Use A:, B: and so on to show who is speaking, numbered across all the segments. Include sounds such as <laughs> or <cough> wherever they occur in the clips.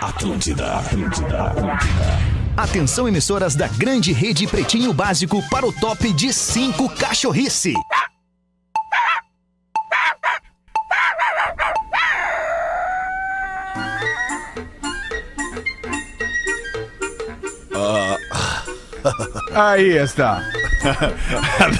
A: Atlântida, Atlântida, Atlântida. Atenção, emissoras da grande rede Pretinho Básico para o top de 5 cachorrice.
B: Aí está.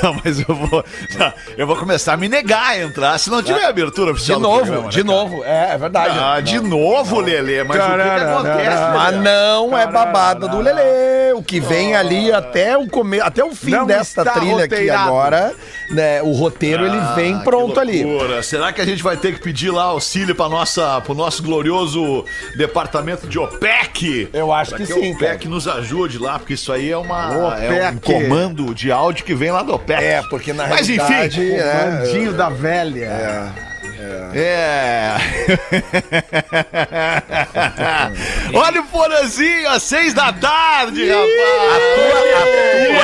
C: não, mas eu vou. não, Tá, eu vou começar a me negar a entrar se não tiver abertura
B: Ah, De
C: oficial. do programa,
B: novo,
C: né,
B: de
C: cara?
B: novo. É, é verdade.
C: Ah, de novo, Lelê. Mas o que que, acontece? né?
B: Mas
C: Lelê?
B: não é babada do Lelê. O que vem ali até o, come... até o fim
C: Não
B: desta
C: está
B: trilha aqui
C: roteirado.
B: agora, né? O roteiro ele vem
C: Ah,
B: pronto
C: que
B: ali.
C: loucura. Será que a gente vai ter que pedir lá auxílio para nossa, pro nosso glorioso departamento de OPEC?
B: Eu acho
C: Pra
B: que
C: que
B: sim,
C: o OPEC
B: cara.
C: nos ajude lá, porque isso aí é uma é um
D: OPEC.
C: comando de áudio que vem lá do OPEC.
B: É, porque na
C: Mas enfim,
B: realidade,
C: né,
B: é,
D: Bandinho da velha.
B: <laughs>
C: É. Olha o Porazinho, às seis da tarde, rapaz.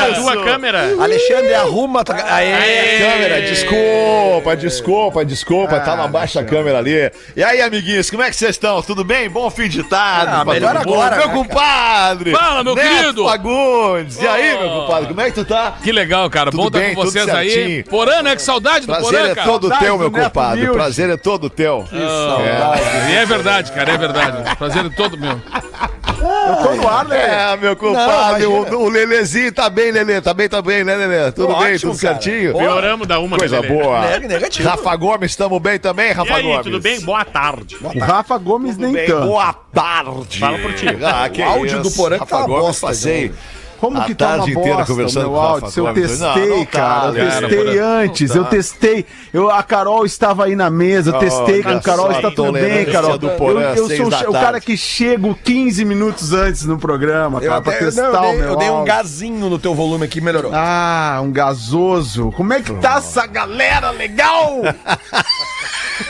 E: A tua câmera.
B: Alexandre, arruma a tua... Aê,
E: Aê!
C: Câmera, desculpa, desculpa,
B: Ah,
C: desculpa, tava baixa a câmera ali. E aí, amiguinhos, como é que vocês estão? Tudo bem? Bom fim de tarde.
B: Ah,
C: pra
B: melhor
C: todo mundo.
B: agora,
C: Meu
B: né,
C: compadre.
E: Fala, meu
C: Neto
E: querido.
C: Fagundes. E aí,
E: Oh.
C: meu compadre, como é que tu tá?
E: Que legal, cara.
C: Tudo
E: Bom estar
C: bem,
E: com
C: tudo
E: vocês aí.
C: certinho.
E: Porã, né? Que saudade do
C: Prazer
E: Porã,
C: é
E: cara.
C: todo teu, meu
D: do Neto
C: compadre.
D: Mills.
C: Prazer é todo teu.
E: E é verdade, cara, é verdade. Prazer é todo meu.
D: Tô no ar, né?
C: É, meu compadre,
B: Não,
C: o, o Lelezinho tá bem, Lelê, tá bem, tá bem, né, Lelê? Tudo
B: Tô
C: bem,
B: ótimo,
C: tudo
B: cara.
C: certinho?
B: Boa.
E: Pioramos da uma,
C: Coisa
E: né, Lelê?
C: boa.
B: Neg- negativo.
C: Rafa Gomes, estamos bem também,
E: E
C: Rafa
E: aí,
C: Gomes?
E: tudo bem? Boa tarde.
D: O Rafa Gomes
C: Tudo
D: nem
C: bem,
D: tanto.
C: Boa tarde.
E: Fala por ti.
C: Ah, que
B: O áudio
C: isso.
B: do Porã
C: Rafa
B: tá uma
C: Gomes,
B: bosta,
C: passei
D: Como
C: a
D: que tá
C: tarde
D: uma
C: inteira
D: bosta,
C: conversando
D: meu
C: com o Rafa
D: áudio? Se eu
C: Gomes. Não,
D: testei,
C: não tá,
D: cara, eu
C: cara,
D: testei
E: porra.
D: antes, eu testei. Eu, a Carol estava aí na mesa, eu testei com
C: Olha
D: o Carol,
C: só a
D: está tudo bem,
C: tolerância
D: Carol.
C: do Porã,
D: eu eu
C: seis
D: sou o
C: da
D: che- o
C: tarde.
D: cara que chego 15 minutos antes no programa,
B: Eu,
D: cara, pra
B: até- eu,
D: testar o
B: não, eu dei,
D: meu
B: eu dei um
D: áudio.
B: gazinho no teu volume aqui, melhorou.
D: Ah, um gasoso. Como é que tá essa galera legal?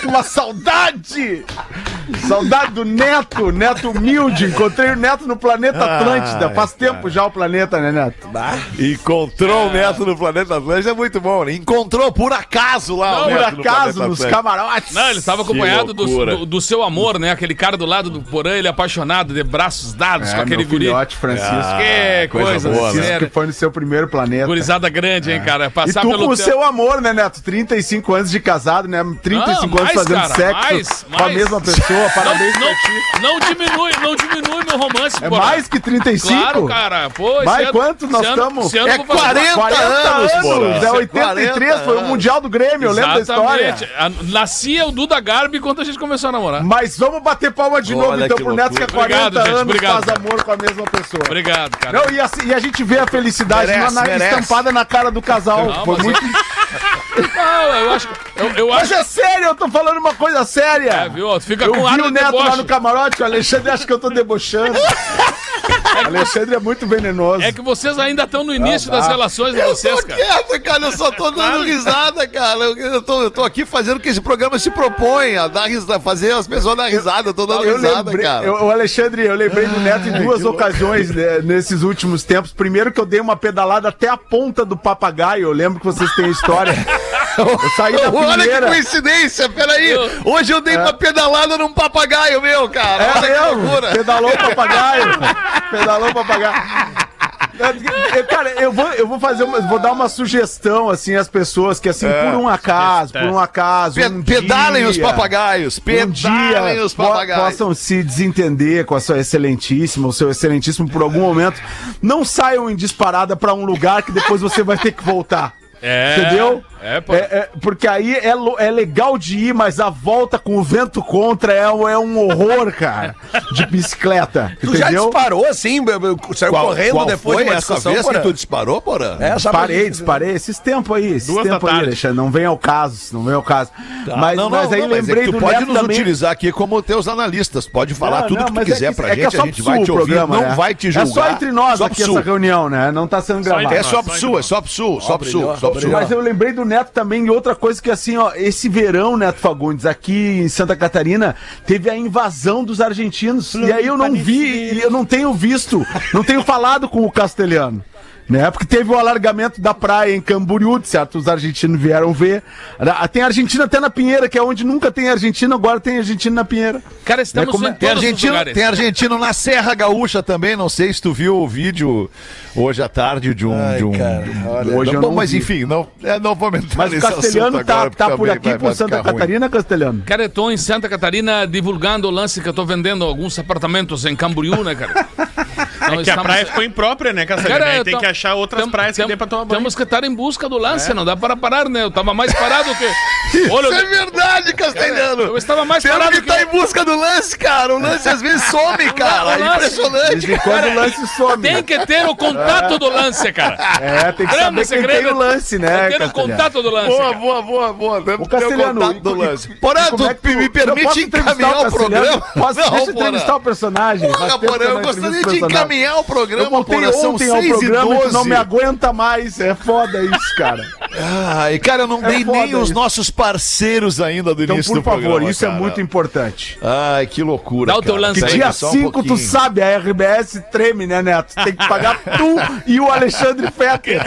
D: Uma saudade! Saudade do Neto, Neto humilde. Encontrei o Neto no planeta Atlântida. Faz tempo já o planeta, né, Neto?
E: É.
C: Encontrou o Neto no Planeta Atlântico, é muito bom, né? Encontrou por acaso lá o
D: Por
C: Neto no
D: acaso,
C: Planeta
D: nos
C: Atlântico.
D: camarotes.
E: Não, ele estava
C: Que
E: acompanhado do,
C: loucura.
E: do, do seu amor, né? Aquele cara do lado do Porã, ele apaixonado, de braços dados
D: É,
E: com aquele Ah,
D: meu
E: guri.
D: filhote Ah, Francisco.
E: que
C: coisa
E: coisa,
C: boa, né?
D: Francisco
E: sério.
D: que foi no seu primeiro planeta.
E: Gurizada grande, hein, cara?
D: É. E
E: Passar
D: tu
E: pelo
D: com o
E: te-
D: seu amor, né, Neto? 35 anos de casado, né? 35
E: Não, mais,
D: anos fazendo
E: cara,
D: sexo
E: mais,
D: com a
E: mais.
D: mesma pessoa. Parabéns
E: Não,
D: pra
E: não,
D: ti.
E: não diminui, não diminui meu romance,
D: É
E: Porã.
D: mais que 35?
E: Claro, cara. Pô, esse
D: Vai,
E: ano-
D: quanto nós
E: esse ano-
D: estamos?
E: esse ano
C: É
E: eu vou fazer-
C: 40 anos, Porã.
D: é 83,
C: 40
D: foi o Mundial do Grêmio, eu lembro da história.
E: Exatamente. A- Nascia o Duda Garbi quando a gente começou a namorar.
D: Mas vamos bater palma de
C: Olha
D: novo, então,
C: que
D: pro Neto, que há
C: loucura.
D: 40
E: Obrigado, gente,
D: anos
E: obrigado.
D: faz amor com a mesma pessoa.
E: Obrigado, cara.
D: Não, e, assim- e a gente vê a felicidade
C: Merece,
D: na- na-
C: merece.
D: estampada na cara do casal.
E: Não,
D: Foi
E: mas é
D: muito...
E: Não, eu acho. Eu, eu
D: Mas
E: acho.
D: é sério, eu tô falando uma coisa séria.
E: É, viu? Tu Fica
D: Eu
E: com ar
D: vi
E: de
D: o Neto lá
E: deboche.
D: no camarote, o Alexandre acha que eu tô
E: <laughs>
D: debochando. Alexandre é muito venenoso.
E: É que vocês ainda estão no início
D: Ah, tá.
E: das relações de
C: Eu
E: vocês,
C: tô
E: cara.
C: quieto, cara, eu só tô dando risada, cara. Eu, eu tô, eu tô aqui fazendo o que esse programa se propõe, a dar risada, fazer as pessoas dar risada, eu tô dando
D: Eu
C: risada,
D: lembrei,
C: cara.
D: eu- o Alexandre, eu lembrei do Neto em duas ocasiões né, nesses últimos tempos. Primeiro que eu dei uma pedalada até a ponta do papagaio, eu lembro que vocês têm
E: <laughs>
D: a história. Eu saí da
C: Olha que
D: primeira.
C: coincidência, peraí.
E: Eu-
C: Hoje eu dei uma pedalada num papagaio meu, cara. Olha
D: É
C: que
D: mesmo,
C: loucura.
D: pedalou o
C: <laughs>
D: papagaio. pedalou o papagaio. É, Cara, eu vou, eu vou fazer uma, vou dar uma sugestão assim às pessoas que assim por um acaso, por um acaso,
C: É. Pe-
D: um
C: pedalem
D: dia,
C: os papagaios.
D: um
C: Pedalem
D: dia
C: os papagaios.
D: po- possam se desentender com a sua excelentíssima, o seu excelentíssimo por algum momento, não saiam em disparada pra um lugar que depois você vai ter que voltar.
E: É.
D: Entendeu?
E: É, pô.
D: É, é, porque aí é, lo- é legal de ir, mas a volta com o vento contra é, um- é um horror, <laughs> cara, de bicicleta.
B: Tu já
D: entendeu?
B: disparou assim, b- b- saiu
C: Qual-
B: correndo
C: qual
B: depois
C: foi
B: de uma
C: essa
B: discussão,
C: vez que
B: Porã?
C: tu disparou, Porã?
B: É, só pra-
D: Disparei, disparei. Esses tempos aí, esses
E: Duas da
D: tempos aí,
E: tarde.
D: Alexandre. Não vem ao caso, não vem ao caso.
C: Tá.
D: Mas,
C: Não, não,
D: mas aí
C: não, mas é
D: lembrei
C: que tu
D: do
C: pode
D: Neto
C: nos
D: também.
C: utilizar aqui como teus analistas. Pode falar
D: Não,
C: tudo
D: não,
C: que tu
D: mas é
C: quiser
D: que-
C: pra
D: é que é
C: gente,
D: só
C: a gente vai
D: psul
C: te
D: o
C: ouvir,
D: programa,
C: não
D: né?
C: vai te julgar.
D: É só entre nós
C: Só
D: aqui
C: psul.
D: essa reunião, né? Não tá sendo
E: Só entre
D: gravado.
C: É só
E: Nossa,
C: psu, é só psu, só psu, só psu.
D: Mas eu lembrei do Neto também e outra coisa que assim, ó, esse verão, Neto Fagundes, aqui em Santa Catarina, teve a invasão dos argentinos. E aí eu não vi, e eu não tenho visto, não tenho falado com o castelhano. Né? Porque teve o alargamento da praia em Camboriú, de certo? Os argentinos vieram ver. Ah, Tem Argentina até na Pinheira, que é onde nunca tem Argentina, agora tem Argentina na Pinheira.
E: Cara, estamos
D: É, como é-
E: em
C: Tem
E: todos os
C: argentino,
E: lugares.
C: tem argentino na Serra Gaúcha também, não sei se tu viu o vídeo hoje à tarde de um. de um- de um-
D: Hoje
C: não,
D: eu
C: bom,
D: não
C: mas
D: vi.
C: enfim, não, é, não vou entrar
D: Mas o
C: nesse assunto
D: Castelhano tá,
C: agora, porque
D: tá por
C: também
D: aqui
C: vai-
D: por
C: vai
D: Santa
C: ficar ruim.
D: Catarina, Castelhano?
E: Cara, eu tô em Santa Catarina divulgando o lance que eu tô vendendo alguns apartamentos em Camboriú, né,
D: <laughs> É
E: cara? Então,
F: Que a
E: estamos-
F: praia ficou imprópria, né, Castelhano? Aí tem que achar outras praias que dê pra tomar banho. É.
E: Temos que estar em busca do lance, não dá para parar, né? Eu tava mais parado
D: <laughs>
E: que. Olha,
C: Isso é
E: eu,
C: verdade, Castelhano.
E: eu estava mais
C: Temos
E: parado
C: que
E: que.
C: tá em busca do lance, cara. O lance às vezes some, <laughs> cara.
E: O lance-
C: É impressionante.
D: De quando o lance some. né?
E: Tem que ter o contato do lance, cara.
D: É,
E: Grande
D: tem que <laughs> saber quem
E: segredo.
D: tem o lance,
E: Tem
D: né,
E: que ter o
D: Castelhano?
E: contato do lance.
C: Boa,
E: cara.
C: boa, boa, boa. Deve
D: O Castelhano,
C: ter o contato do
D: e- e-
C: lance.
D: e
C: Porã,
D: como
C: tu,
D: é que tu-
C: me
D: eu posso
C: permite
D: entrevistar
C: encaminhar o
D: Castelhano?
C: programa?
D: Posso, deixa eu
C: Não, Porã.
D: entrevistar o personagem. Faz
C: Porra,
D: tempo que
C: Porã, eu
D: não entrevisto
C: gostaria de
D: personagem.
C: encaminhar o
D: Eu
C: programa,
D: voltei
C: Porã. São
D: ontem ao
C: 6 e
D: programa e tu
C: 12.
D: não me aguenta mais. É foda isso, cara.
C: <laughs> Ai, cara, eu não
D: É
C: dei
D: foda
C: nem os
D: isso.
C: nossos parceiros ainda do
D: Então,
C: início
D: por
C: do
D: favor,
C: programa.
D: isso é
C: cara.
D: muito importante.
C: Ai, que loucura.
E: Dá o teu
C: cara.
E: lance
D: Que
E: aí,
C: Segue
D: dia
C: só um
D: 5, tu
C: pouquinho.
D: sabe, a RBS treme, né, Neto? Tem que
C: <laughs>
D: pagar tu e o Alexandre Fetter.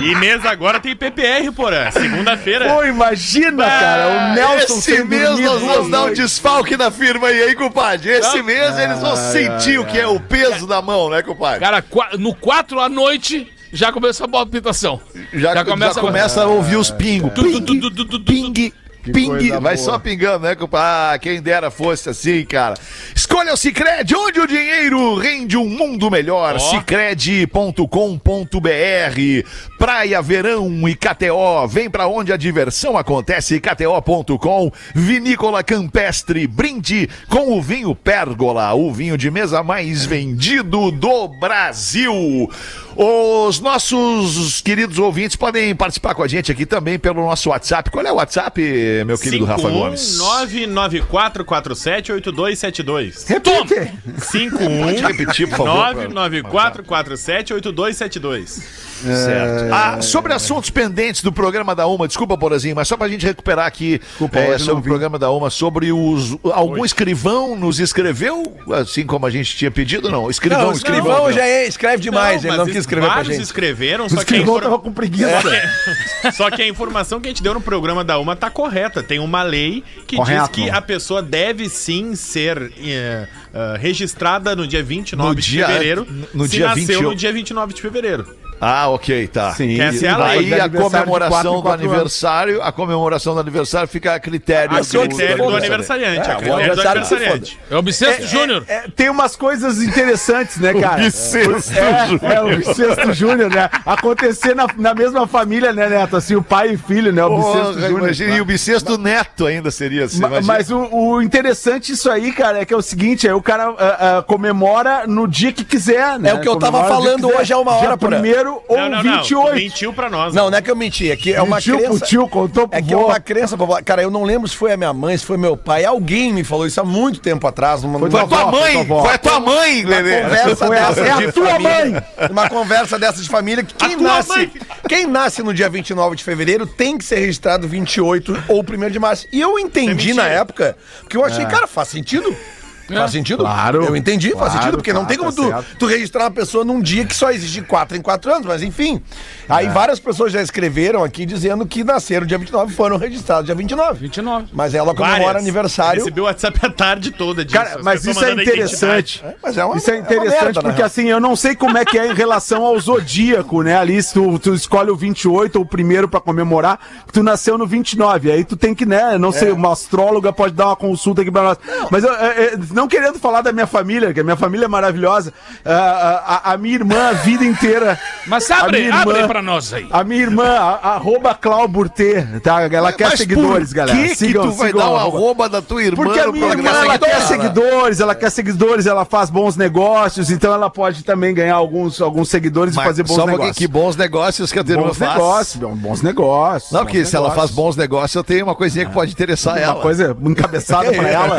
F: E mês agora tem PPR, porra. Segunda-feira.
D: Pô, imagina, cara, o Nelson
C: É, Esse
D: sem
C: mês
D: dormir
C: nós vamos
D: duas
C: dar um
D: noites.
C: desfalque na firma aí, hein, compadre?
E: Tá.
C: Esse mês eles vão sentir o que é o peso da mão, né, compadre?
E: Cara, qua- no 4 à noite já começou a palpitação.
C: Já, já começa, a ouvir os pingos. Ping,
E: Du- du- du- du- du-
C: ping, ping.
D: coisa
C: Vai
D: boa.
C: só pingando, né, compadre? Ah, quem dera fosse assim, cara. Escolha o Cicred, onde o dinheiro rende um mundo melhor. Cicred.com.br Praia, Verão e KTO. Vem pra onde a diversão acontece. KTO.com Vinícola Campestre. Brinde com o vinho Pérgola, o vinho de mesa mais vendido do Brasil. Os nossos queridos ouvintes podem participar com a gente aqui também pelo nosso WhatsApp. Qual é o WhatsApp, meu querido Rafa
F: um
C: Gomes?
F: 994478272.
D: Repite.
F: 51
C: Repetir, por favor. pra-
F: 994478272.
C: Certo. Ah, sobre assuntos pendentes do programa da Uma, desculpa, Porazinho, mas só pra gente recuperar aqui eh,
D: hoje não
C: sobre o programa da Uma, sobre os. Algum escrivão nos escreveu, assim como a gente tinha pedido? Não, escrivão,
B: Não, o escrivão já é- escreve demais, ele não
F: mas
B: quis escrever pra
F: vários
B: gente.
F: escreveram,
D: Os
F: só que, a
D: escrivão
F: infor-
D: tava com preguiça.
F: só que a informação que a gente deu no programa da UMA tá correta. Tem uma lei que diz
D: Correto.
F: que a pessoa deve sim ser eh, ah, registrada no dia 29
C: No
F: de
C: dia-
F: fevereiro.
C: no
F: se
C: dia
F: nasceu
C: 20
F: no dia 29 de fevereiro.
C: Ah, ok, tá.
D: Sim.
F: Essa é a lei.
C: Aí a
D: Aniversário de quatro em
C: comemoração do
D: quatro
C: aniversário, a comemoração do aniversário fica a critério,
F: A
C: do-
F: Ah, critério do
C: do
F: aniversariante.
B: É,
F: a
B: o
F: critério do
D: tá
B: aniversário que
F: aniversariante.
E: É o Bicesto Júnior.
D: É, tem umas coisas interessantes,
B: <laughs>
D: né, cara?
C: Bissexto
D: É, é, o Bicesto Júnior, né? Acontecer na, na mesma família, né, Neto? Assim, o pai e filho, né? O
C: Porra,
D: Bicesto Júnior.
C: imagina, e o bissexto neto ainda seria assim,
D: Ma-
C: imagina.
D: Mas o, o interessante isso aí, cara, é que é o seguinte, aí o cara ah, ah, comemora no dia que quiser, né?
B: É o que eu tava
D: Comemora no dia
B: falando
D: que quiser.
B: hoje há uma
D: Dia
B: hora, Porã.
D: primeiro ou
F: Não, não, não. tu
D: 28.
F: Mentiu pra nós.
B: Não, não é que eu menti, é que é uma
D: Mentiu pro
B: crença.
D: um, tio, contou pro
B: É que é
D: vô.
B: uma crença popular. Cara, eu não lembro se foi a minha mãe, se foi meu pai. Alguém me falou isso há muito tempo atrás. Numa,
D: Foi
B: numa
D: tua avó, foi tua avó.
C: a tua mãe, Lelê.
B: conversa
D: Foi
B: dessa
D: essa, é a
B: de
D: tua
B: família.
D: mãe.
B: Uma conversa dessa de família que quem
F: tua
B: nasce,
F: mãe.
B: quem nasce no dia 29 de fevereiro tem que ser registrado 28 ou 1 de março. E eu entendi
D: é
F: mentira.
B: na época, porque eu achei, cara, faz sentido. Faz sentido?
D: Claro.
B: Eu entendi, faz
D: Claro,
B: sentido, porque não
D: tá,
B: tem como
D: tá
B: tu,
D: certo.
B: tu registrar uma pessoa num dia que só existe de 4 em 4 anos, mas enfim.
D: É.
B: Aí várias pessoas já escreveram aqui dizendo que nasceram dia 29 e foram registrados dia 29.
E: 29.
B: Mas ela comemora
F: Várias.
B: aniversário.
F: Recebi o WhatsApp a tarde toda disso.
D: Cara,
F: As
D: mas
F: pessoas
D: isso é
F: mandando a identidade.
D: interessante.
B: Mas é uma-
D: isso é
B: é uma
D: interessante
C: né?
B: merda, na
D: porque
B: real.
D: assim, eu não sei como é que é em relação ao zodíaco, né? Ali se tu, tu escolhe o 28 ou o primeiro pra comemorar, tu nasceu no 29, aí tu tem que, né, não
C: É.
D: sei, uma astróloga pode dar uma consulta aqui pra nós. Mas eu, é, é, não querendo falar da minha família, que a minha família é maravilhosa, ah, a, a- a minha irmã a vida inteira...
E: Mas
D: a
E: abre,
D: minha
E: abre pra nós aí.
D: A minha irmã, a- arroba Clau Burtê, tá? Ela quer
C: Mas
D: seguidores,
C: por
D: galera.
C: Que que tu vai dar um uma arroba da tua irmã
D: Porque a
C: no
D: minha irmã,
C: programa? é
D: ela quer
B: Seguidora.
D: seguidores, ela quer seguidores, ela faz bons negócios, então ela pode também ganhar alguns, alguns seguidores
C: Mas
D: e fazer bons
C: só um pouquinho,
D: negócios.
C: que bons negócios que a tua irmã
D: bons
C: faz.
D: negócios, meu, bons negócios.
C: Não,
D: bons
C: porque se ela
D: negócios.
C: faz bons negócios, eu tenho uma coisinha que pode interessar
D: uma
C: <laughs> ela.
D: coisa encabeçada pra ela.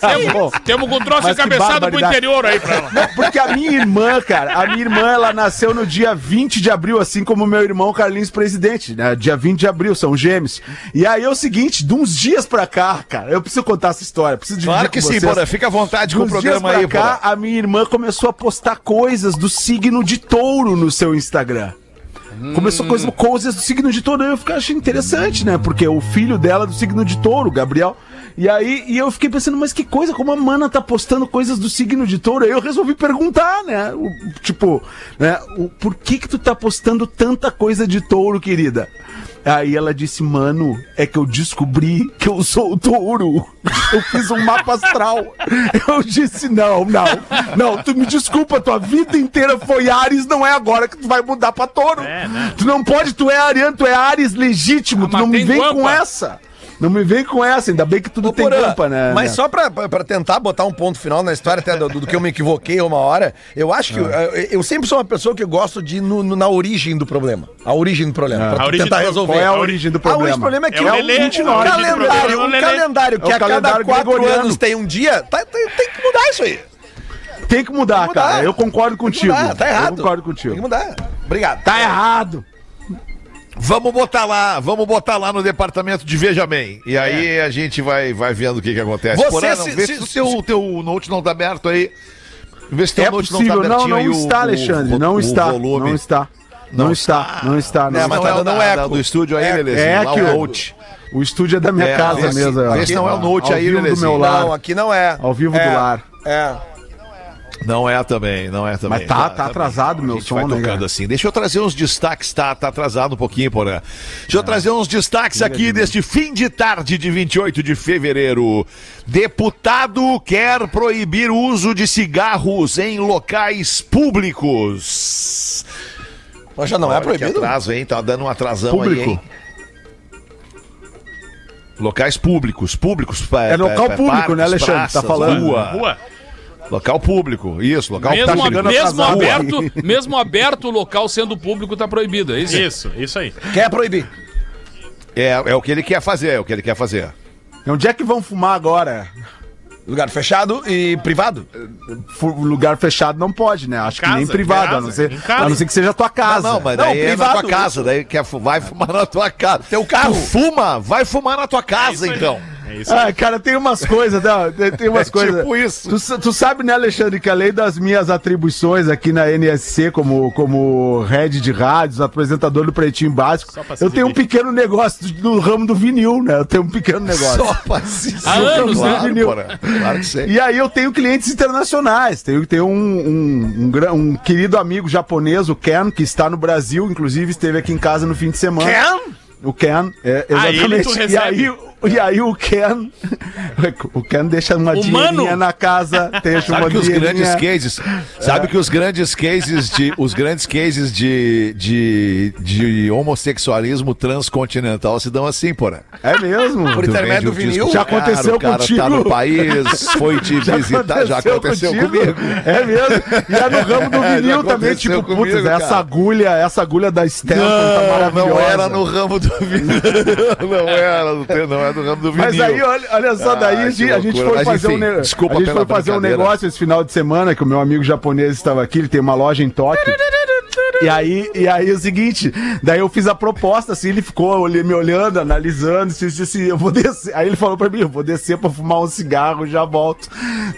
E: Temos, temos com um troço
D: Mas que
E: encabeçado pro
D: barbaridade.
E: interior aí pra ela.
D: Porque a minha irmã, cara, a minha irmã, ela nasceu no dia 20 de abril, assim como meu irmão Carlinhos Presidente, né? Dia 20 de abril, são gêmeos. E aí é o seguinte, de uns dias pra cá, cara, eu preciso contar essa história, preciso dividir
C: Claro que
D: com
C: sim,
D: vocês.
C: Bora. Fica à vontade
D: De
C: com o
D: uns dias
C: programa
D: pra
C: aí,
D: cá,
C: Bora.
D: a minha irmã começou a postar coisas do signo de touro no seu Instagram.
C: Hum.
D: Começou coisa, coisas do signo de touro, eu fiquei achando interessante, né? Porque o filho dela é do signo de touro, Gabriel. E aí e eu fiquei pensando, mas que coisa, como a mana tá postando coisas do signo de touro? Aí eu resolvi perguntar, né? O- tipo, né? O, por que que tu tá postando tanta coisa de touro, querida? Aí ela disse, mano, é que eu descobri que eu sou o touro. Eu fiz um mapa astral. Eu disse, não, não, não, tu me desculpa, tua vida inteira foi Ares, não é agora que tu vai mudar pra touro. Tu não pode, tu é ariano, tu é Ares legítimo,
E: Ah,
D: tu
E: mas
D: não me
E: tem
D: vem com
E: guampa.
D: essa. Não me vem com essa, ainda bem que tudo
B: Ô,
D: tem
B: Porã,
D: tampa, né?
B: Mas
D: né?
B: só pra, pra pra tentar botar um ponto final na história até do, do que eu me equivoquei uma hora, eu acho que eu,
D: Ah.
B: eu sempre sou uma pessoa que eu gosto de ir no, no- na origem do problema. A origem do
D: Ah.
B: problema. Pra
F: A
B: tu
F: origem
B: tentar
F: do-
B: resolver.
D: qual é a
B: ori-
D: origem do
B: A origem
D: problema? Tá
B: do problema é que
F: É o
B: é, um
F: Lelê, a
B: um
F: origem do
B: calendário,
F: problema é
B: um
F: o Lelê.
B: calendário que
D: É o
B: a cada
D: calendário
B: quatro
D: gregoriano.
B: anos tem um dia. tá- tem, tem que mudar isso aí.
D: Tem que mudar,
B: Tem que mudar.
D: cara. Eu concordo
B: Tem que
D: contigo.
B: mudar, tá errado.
D: Eu concordo
B: Tem que
D: contigo.
B: mudar. Obrigado.
D: Tá errado.
C: Vamos botar lá, vamos botar lá no departamento de Veja Bem.
D: É.
C: E aí a gente vai, vai vendo o que, que acontece.
B: Você
C: Porã, não,
B: se-
C: vê
B: se-
C: se, o teu, teu note não tá aberto aí. Vê se teu
D: É
C: note
D: possível,
C: não tá
D: não,
C: abertinho
D: não
C: aí. o-
D: está,
C: o-
D: Alexandre,
C: o-
D: não
C: o
D: está,
C: volume.
D: não está. Não está, não está, não
B: É,
D: está.
B: mas tá
C: Não é o
B: dando
C: da-
B: eco.
C: da- do estúdio aí,
B: É,
C: Lelê.
D: É
C: Lá
D: que
C: o
D: o,
C: note.
D: o estúdio é da minha
C: É,
D: casa
C: esse-
D: mesmo.
C: esse não é o note
D: ao
C: aí,
D: vivo do
C: Lelezinho.
D: meu
B: Não,
D: lar,
B: aqui não é.
D: ao vivo
B: É,
D: do lar.
B: É.
C: Não é também, não é também.
D: Mas tá- tá atrasado, meu
C: A gente
D: som,
C: vai
D: né,
C: tocando
D: cara?
C: assim. Deixa eu trazer uns destaques, tá, tá atrasado um pouquinho, porra.
D: É.
C: Deixa eu trazer uns destaques aqui deste fim de tarde de 28 de fevereiro. Deputado quer proibir o uso de cigarros em locais públicos.
B: Mas já não é
C: Olha que
B: proibido?
C: atraso, hein? Tá dando um atrasão aí,
D: Público.
C: hein? Locais públicos, públicos.
D: É local público, né, Alexandre? Tá falando.
C: Rua.
E: Rua.
C: Local público, isso, local
E: Mesmo,
C: público.
D: Tá chegando
E: mesmo
D: atrasado.
E: aberto, mesmo aberto, o local sendo público tá proibido, é isso?
F: Isso, isso aí.
B: Quer proibir.
C: É, é o que ele quer fazer, é o que ele quer fazer.
D: E Onde é que vão fumar agora?
B: Lugar fechado e privado.
D: Fu- Lugar fechado não pode, né? Acho que
F: Casa,
D: nem privado,
F: casa,
D: a, não ser,
F: em casa.
D: a não ser que seja a tua casa.
C: Não, mas
B: Não,
C: daí é na
B: privado.
C: tua casa, daí quer, fu- vai fumar na tua casa.
B: Teu carro.
C: Tu fuma, vai fumar na tua casa, então.
F: É isso aí.
D: Ah, cara, tem umas coisas, né? tem, tem umas
C: <laughs> É
D: coisas.
C: tipo isso.
D: Tu, sa- tu sabe, né, Alexandre, que além das minhas atribuições aqui na NSC como, como head de rádios, apresentador do Pretinho Básico,
F: Só pra se
D: eu tenho um
F: exibir.
D: pequeno negócio do- no ramo do vinil, né? Eu tenho um pequeno negócio.
C: pra se
E: Há anos, né,
C: claro,
D: Vinil?
C: porra, claro que sei.
D: E aí eu tenho clientes internacionais. Tenho, tenho um, um, um gran- um querido amigo japonês, o Ken, que está no Brasil, inclusive esteve aqui em casa no fim de semana. Ken? O Ken, é,
F: Ah,
D: exatamente.
F: ele tu
D: e,
F: recebe.
D: aí, e aí o Ken. <laughs> O Ken deixa uma
E: Humano?
D: dinheirinha na casa. Deixa
C: Sabe
D: uma
C: que os grandes
D: dinheirinha.
C: cases, sabe que os grandes cases de, os grandes cases de, de, de homossexualismo transcontinental se dão assim, porra.
D: É mesmo.
B: Por
C: Tu
B: intermédio do
C: vende o
B: vinil.
C: disco
D: Já
C: caro,
D: aconteceu
C: o cara
D: contigo?
C: tá no país, foi te visitar, <laughs> já aconteceu
D: contigo?
C: comigo.
D: É mesmo. E é no ramo do
C: <laughs> Já
D: vinil também,
C: aconteceu
D: tipo, putz,
C: comigo,
D: essa
C: cara.
D: agulha, essa agulha da Stefan tá
C: Não,
D: maravilhosa.
C: não era no ramo do vinil. <laughs> não era, não, tem- não era no ramo do vinil.
D: Mas aí, olha, olha só, daí
C: Ah,
D: a gente,
C: que
D: a gente
C: loucura.
D: foi
C: Mas,
D: fazer,
C: enfim,
D: um, ne-
C: desculpa
D: a gente
C: pela
D: foi fazer um
C: brincadeira.
D: negócio esse final de semana, que o meu amigo japonês estava aqui, ele tem uma loja em Tóquio. E aí, e aí o seguinte, daí eu fiz a proposta, assim, ele ficou olhe- me olhando, analisando, assim, disse assim, eu vou descer. Aí ele falou pra mim, eu vou descer pra fumar um cigarro, já volto.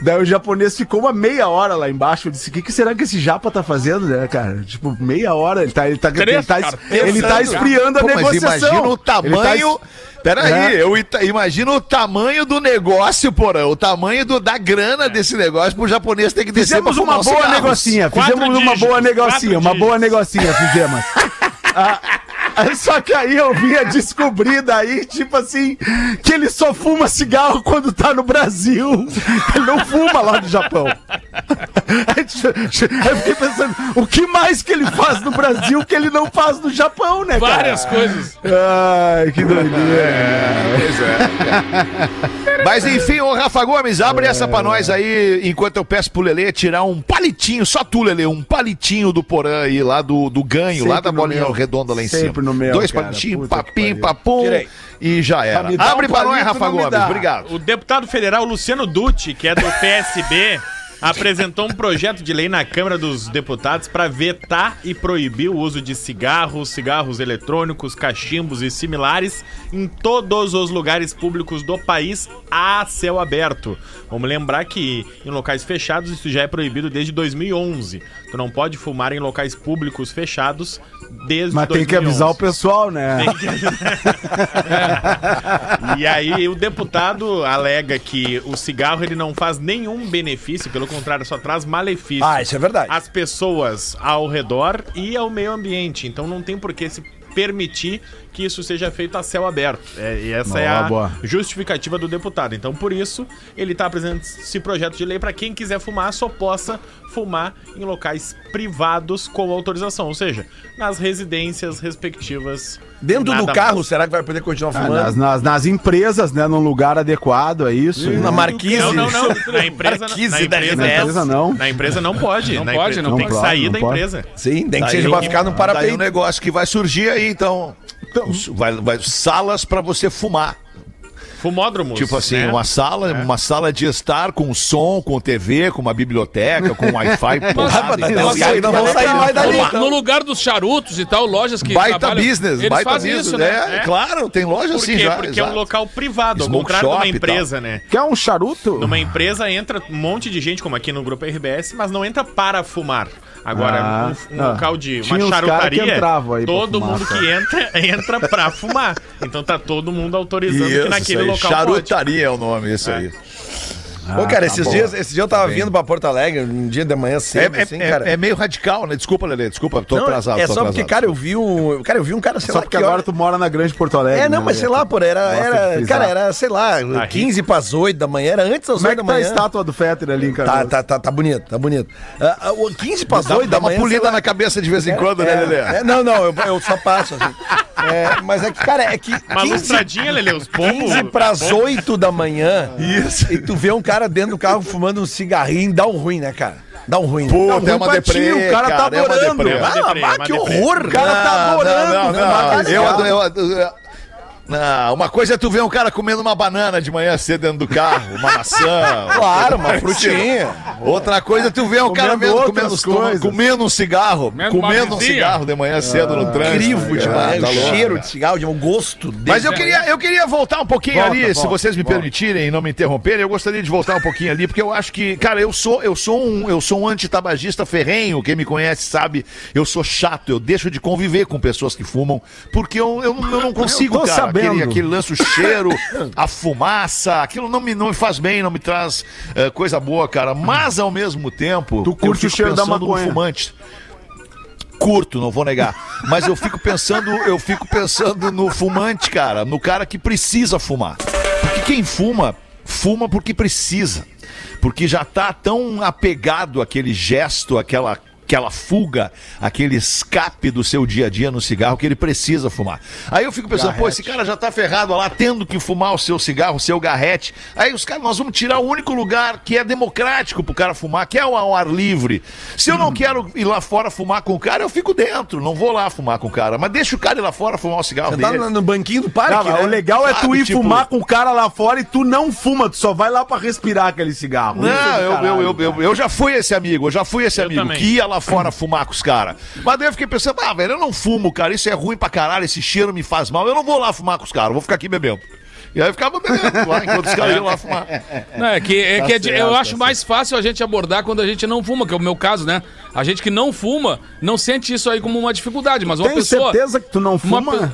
D: Daí o japonês ficou uma meia hora lá embaixo, eu disse, o que, que será que esse japa tá fazendo, né, cara? Tipo, meia hora, ele tá, ele tá,
E: Três,
D: ele tá,
E: cara,
D: ele tá
E: pensando.
D: esfriando a
C: Pô, mas
D: negociação.
C: imagina o
D: Ele tá
C: tamanho. Peraí,
D: É.
C: eu ita- imagino o tamanho do negócio, porra. O tamanho do, da grana desse negócio pro japonês ter que descer
D: Fizemos
C: pra
D: uma
C: fumar um
D: boa
C: uns cigarros.
D: negocinha.
F: Quatro
D: Fizemos uma
F: dígitos,
D: boa negocinha.
F: quatro
D: Uma boa
F: dígitos.
D: negocinha fizemos. Ah, ah, só que aí eu vim a descobrir daí, tipo assim, que ele só fuma cigarro quando tá no Brasil. Ele não fuma lá no Japão. <laughs> Aí eu fiquei pensando, o que mais que ele faz no Brasil que ele não faz no Japão, né, cara?
E: Várias coisas.
D: Ai, que doideira.
C: Pois é. Mas enfim, ô Rafa Gomes, abre essa pra nós aí, enquanto eu peço pro Lelê tirar um palitinho, só tu, Lelê, um palitinho do Porã aí, lá do, do ganho, lá
D: Sempre
C: da
D: no
C: bolinha
D: meu.
C: redonda lá em cima.
D: Sempre no meu,
C: Dois
D: cara.
C: palitinhos,
D: Puta que
C: papim,
D: pariu.
C: papum,
B: Tirei.
C: e já era.
D: me dá
C: Abre
D: um
C: pra nós,
D: palito,
C: Rafa
D: não me
C: Gomes,
D: dá.
C: obrigado.
F: O deputado federal Luciano Dutti, que é do
D: <laughs>
F: PSB, apresentou um projeto de lei na Câmara dos Deputados para vetar e proibir o uso de cigarros, cigarros eletrônicos, cachimbos e similares em todos os lugares públicos do país a céu aberto. Vamos lembrar que em locais fechados isso já é proibido desde 2011. Tu não pode fumar em locais públicos fechados desde
D: Mas tem que avisar o pessoal, né?
F: tem que- e aí o deputado alega que o cigarro ele não faz nenhum benefício, pelo contrário, só traz malefício
B: Ah, isso é verdade.
F: às pessoas ao redor e ao meio ambiente. Então não tem por que se permitir que isso seja feito a céu aberto. É, e essa é a
D: boa.
F: justificativa do deputado. Então por isso ele está apresentando esse projeto de lei para quem quiser fumar só possa fumar em locais privados com autorização, ou seja, nas residências respectivas.
B: Dentro do
F: Nada
B: carro,
F: mais.
B: será que vai poder continuar
D: Ah,
B: fumando?
D: nas, nas- nas empresas, né? Num lugar adequado, é isso?
B: Na marquise?
F: Não, não, não. Na empresa, na,
B: Marquise da
F: empresa,
D: Na empresa não.
F: Na empresa não pode.
E: Não
F: na
E: pode,
F: empre-
E: não
F: tem que
D: pode.
F: sair
D: Não
F: da
D: pode.
F: empresa.
B: Sim, nem que
C: Daí
B: seja pra ficar no
C: Daí um
B: parapeito.
C: negócio que vai surgir aí, então. Vai, vai- salas pra você fumar.
F: Fumódromos.
C: Tipo assim,
F: né?
C: uma sala,
D: É.
C: uma sala de estar com som, com TV, com uma biblioteca, com um
D: <laughs>
C: Wi-Fi, porrada,
B: mas
C: entendeu?
D: tá
B: não
C: E aí
B: sei, não
D: né?
B: vão sair mais
E: No,
B: dali.
E: lu-
B: então.
E: no lugar dos charutos e tal, lojas que
C: Baita
E: trabalham-
C: business,
E: eles
C: baita
E: fazem
C: business.
E: isso, né?
C: É, claro, tem loja
F: Por
C: assim
F: quê?
C: já.
F: Porque é
C: exato.
F: um local privado, ao
C: Smoke
F: contrário de uma
C: shop e tal.
F: empresa, né?
D: Quer um charuto?
F: Numa empresa entra um monte de gente, como aqui no grupo RBS, mas não entra para fumar. Agora,
D: Ah,
F: um, um
D: ah.
F: local de uma
D: Tinha uns cara que
F: charutaria,
D: entravam aí pra
F: todo
D: fumar,
F: mundo
D: tá?
F: que entra, <laughs> entra pra fumar. Então tá todo mundo autorizando
C: Isso,
F: que
C: isso
F: naquele
C: aí,
F: local pode.
C: Charutaria é o nome, isso aí.
B: Ô, cara, esses, dias, esses dias eu tava vindo pra Porto Alegre, um dia de manhã
C: É,
B: cedo,
C: é-
B: assim,
C: é-
B: cara.
C: é meio radical, né? Desculpa, Lelê, desculpa, tô
B: Não,
C: atrasado.
B: É
C: tô
B: só porque,
C: atrasado.
B: cara, eu vi um. Cara, eu vi um cara, sei
D: Só
B: lá,
D: porque
B: que
D: agora
B: hora-
D: tu mora na Grande Porto Alegre.
B: É, não,
D: né,
B: mas sei
D: Beto?
B: lá, por era,
D: Gosta de
B: era
D: frisar.
B: cara, era, sei lá, 15 para as 8 da manhã, era antes das
D: Como é
B: 8
D: que tá
B: da
D: a
B: manhã.
D: estátua do Fetter ali, cara?
B: Tá, tá, tá, tá bonito, tá bonito. Ah, ah, o 15 para as
C: Dá, um- dá
B: 8 da
C: uma
B: manhã. sei
C: polida
B: lá,
C: na cabeça de vez em
B: é-
C: quando,
B: é-
C: né, Lelê?
B: é, não, não, eu, eu só passo assim. É, mas é que, cara, é que
F: Uma
B: 15,
F: lustradinha, Lele, os pombos.
B: 15 para as 8 da manhã. Isso. E tu vê um cara dentro do carro fumando um cigarrinho, dá um ruim, né, cara? Dá um ruim. né?
C: Puta,
D: ruim pra ti, o cara tá
C: é uma
D: adorando.
C: deprê.
F: É uma deprê,
B: ah,
F: uma
B: que
F: deprê.
B: horror!
D: O cara tá adorando,
C: Não, não,
D: né?
C: não.
D: Tá
C: Eu,
D: ligado?
C: adoro- eu, adoro- não, uma coisa é tu ver um cara comendo uma banana de manhã cedo dentro do carro, uma
B: <laughs>
C: maçã.
B: Claro,
D: <laughs>
B: uma
C: coisa
B: frutinha.
C: assim. Outra coisa é tu ver um cara
D: Comendo
C: vendo- comendo,
D: outras coisas.
C: comendo um cigarro,
E: Comendo uma
C: comendo um
E: vizinha.
C: cigarro de manhã cedo no
D: É,
C: trânsito.
B: Ah, Incrível
C: Cara,
B: demais,
C: tá
B: o
C: louco.
B: cheiro de cigarro, o gosto dele.
C: Mas eu queria, eu queria voltar um pouquinho
D: Volta,
C: ali, se
D: volta,
C: vocês me
D: volta.
C: permitirem e não me interromperem, eu gostaria de voltar um pouquinho ali, porque eu acho que, cara, eu sou, eu sou um, eu sou um antitabagista ferrenho, quem me conhece sabe, eu sou chato, eu deixo de conviver com pessoas que fumam, porque eu, eu, não- eu não consigo,
D: tô
C: cara,
D: sabendo.
C: aquele, aquele lance, o
D: <laughs>
C: cheiro, a fumaça, aquilo não me, não me faz bem, não me traz eh, coisa boa, cara, mas ao mesmo tempo,
D: Tu curte
C: eu fico
D: o cheiro da
C: pensando no
D: maconha.
C: fumante curto, não vou negar. Mas eu fico pensando, eu fico pensando no fumante, cara, no cara que precisa fumar. Porque quem fuma, fuma porque precisa. Porque já tá tão apegado àquele gesto, àquela aquela fuga, aquele escape do seu dia a dia no cigarro que ele precisa fumar. Aí eu fico pensando, pô, esse cara já tá ferrado lá tendo que fumar o seu cigarro, o seu garrete. Aí os caras, nós vamos tirar o único lugar que é democrático pro cara fumar, que é o ao ar livre. Se eu não quero ir lá fora fumar com o cara, eu fico dentro, não vou lá fumar com o cara, mas deixa o cara ir lá fora fumar o cigarro
B: Sentar
C: dele.
B: no, no banquinho do parque,
D: Não, mas
B: né?
D: O legal é tu
C: Sabe,
D: ir
C: tipo-
D: fumar com o cara lá fora e tu não fuma, tu só vai lá pra respirar aquele cigarro. Isso é
C: Não,
D: do
C: eu,
D: caralho,
C: eu, eu, eu, eu já fui esse amigo, eu já fui esse amigo
F: também.
C: que ia lá fora fumar com os caras. Mas daí eu fiquei pensando, ah, velho, eu não fumo, cara, isso é ruim pra caralho, esse cheiro me faz mal, eu não vou lá fumar com os caras, eu vou ficar aqui bebendo. E aí eu ficava bebendo
D: <laughs>
C: lá enquanto os caras iam lá fumar.
E: Não, é que, é que é de- eu acho mais fácil a gente abordar quando a gente não fuma, que é o meu caso, né? A gente que não fuma não sente isso aí como uma dificuldade, mas uma
D: Tem
E: pessoa.
D: certeza que tu não
E: uma
D: fuma?
E: pe-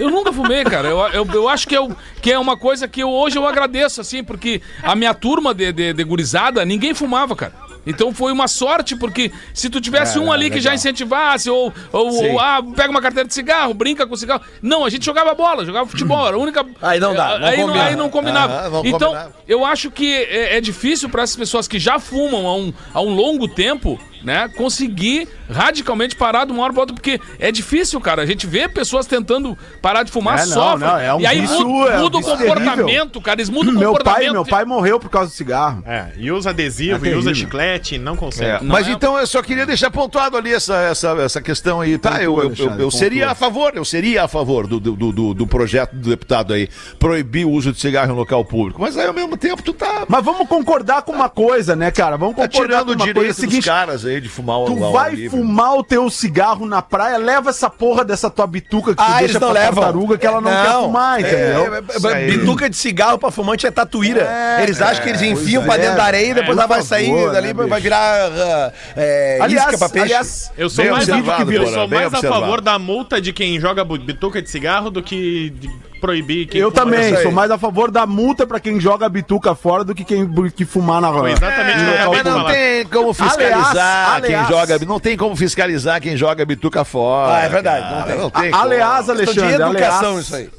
E: Eu nunca fumei, cara. Eu, eu, eu acho que, eu, que é uma coisa que eu- hoje eu agradeço, assim, porque a minha turma de, de, de gurizada, ninguém fumava, cara. Então foi uma sorte, porque se tu tivesse
B: Ah,
E: um ali que já incentivasse, ou, ou, ou, ah, pega uma carteira de cigarro, brinca com cigarro. Não, a gente jogava bola, jogava futebol, era a única.
B: Aí não dá, não
E: aí, não,
B: combina.
E: aí não combinava.
B: Aham, não
E: então,
B: combinava.
E: eu acho que é, é difícil para as pessoas que já fumam há um, há um longo tempo, né, conseguir radicalmente parar de uma hora para outra, porque é difícil, cara. A gente vê pessoas tentando parar de fumar,
D: É, não,
E: sofrem.
D: não, é um
E: e aí
D: vício-
E: muda,
D: é um
E: muda o
D: vício
E: comportamento,
D: terrível.
E: cara. Eles
C: um
E: mudam o
D: Meu
E: comportamento.
D: pai, meu pai morreu por causa do cigarro.
F: É, e usa
D: É
F: adesivo, e
D: terrível.
F: usa chiclete, não consegue.
C: É,
E: Não
C: mas
E: é-
C: então eu só queria deixar pontuado ali essa, essa, essa questão aí. Tá,
D: Pontua,
C: eu, eu- eu,
D: Alexandre,
C: eu seria
D: pontua.
C: a favor, eu seria a favor do, do, do- do, do projeto do deputado aí, proibir o uso de cigarro em local público. Mas aí ao mesmo tempo tu tá,
D: Mas vamos concordar com uma coisa, né, cara? Vamos
C: tá
D: concordar
C: tirando
D: com
C: o
D: uma
C: direito
D: coisa. É o
C: dos
D: seguinte,
C: caras é aí de fumar o
D: Tu vai
C: né?
D: fumar o teu cigarro na praia, leva essa porra dessa tua bituca que tu
B: Ah, eles
D: deixa
B: não
D: pra
B: levam.
D: tartaruga que ela não, quer fumar, entendeu?
B: É,
C: Isso
B: é, é,
C: aí.
B: bituca de cigarro pra fumante é tatuíra.
D: É,
B: eles acham que eles enfiam
D: pois
B: pra
D: é,
B: dentro da areia e depois
D: é,
B: ela vai
D: por
B: sair
D: favor,
B: dali,
D: né,
B: vai
D: bicho?
B: virar ah, é, isca pra
D: aliás,
B: peixe.
D: aliás,
F: Eu sou
C: Bem
F: mais,
C: observado,
F: eu sou
C: Porã, bem
F: mais a
C: observado.
F: favor da multa de quem joga bu- bituca de cigarro do que de proibir quem
D: eu
F: fuma.
D: também
B: isso aí.
D: sou mais a favor da multa pra quem joga a bituca fora do que quem bu- que fumar na
F: Foi
D: rua.
F: exatamente o que eu
C: É,
F: acabei
C: mas
F: de
C: não
F: falar.
C: tem como fiscalizar
D: Aliás,
C: quem
D: aliás.
C: joga. Não tem como fiscalizar quem joga bituca fora.
B: Ah, é verdade,
C: cara.
B: não tem.
C: como.
D: Aliás,
B: Questão de
D: Alexandre,
B: educação
D: aliás,
B: isso aí.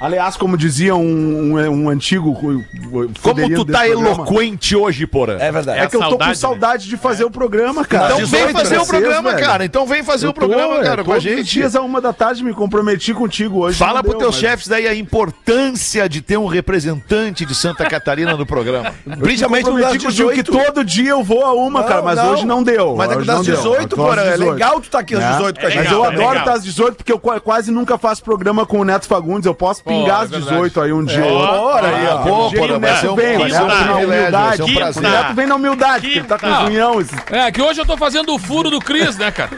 D: aliás, como dizia um, um, um antigo co-
C: como
D: federino
C: tu tá
D: desse programa,
C: eloquente hoje, Porã.
B: É verdade.
D: É, que eu tô
F: saudade, né?
D: com saudade de fazer o programa, cara.
C: Então vem
B: 18
C: fazer o
D: pra vocês,
C: programa,
D: velho.
C: cara. Então vem fazer
D: Eu
C: o programa,
D: tô, é,
C: cara, com a
D: todos
C: gente.
D: os dias a uma da tarde me comprometi contigo hoje. não
C: Fala pros
D: deu,
C: teus
D: mas-
C: chefes daí a importância de ter um representante de Santa Catarina
D: <laughs>
C: no programa.
B: Principalmente no das
D: Prometi contigo que
B: 18.
D: todo dia eu vou a uma, cara, mas hoje não deu.
B: Mas é que
D: Hoje
B: das
D: não deu. Então,
B: 18,
D: Eu tô às
B: Porã. É
D: 18.
B: legal tu tá aqui às
D: Né?
B: 18 com a
F: É
B: gente.
D: Mas eu
F: legal,
D: adoro
F: legal.
D: estar às 18 porque eu qua- quase nunca faço programa com o Neto Fagundes. Eu posso pingar
E: é
D: às
E: verdade.
D: 18 aí um dia.
F: Ora
C: aí, ó.
D: um
C: Pô,
D: dia
C: Porã,
D: o
C: vai
D: Neto
C: ser um-
D: vem,
F: vai
D: o
F: ser um
D: Neto vem na
C: privilégio, vai
D: humildade.
C: ser um
D: O
C: prazer.
D: Neto vem na humildade, porque ele tá com
F: Quinta.
D: os unhões.
E: É, que hoje eu tô fazendo o furo do Cris, né, cara?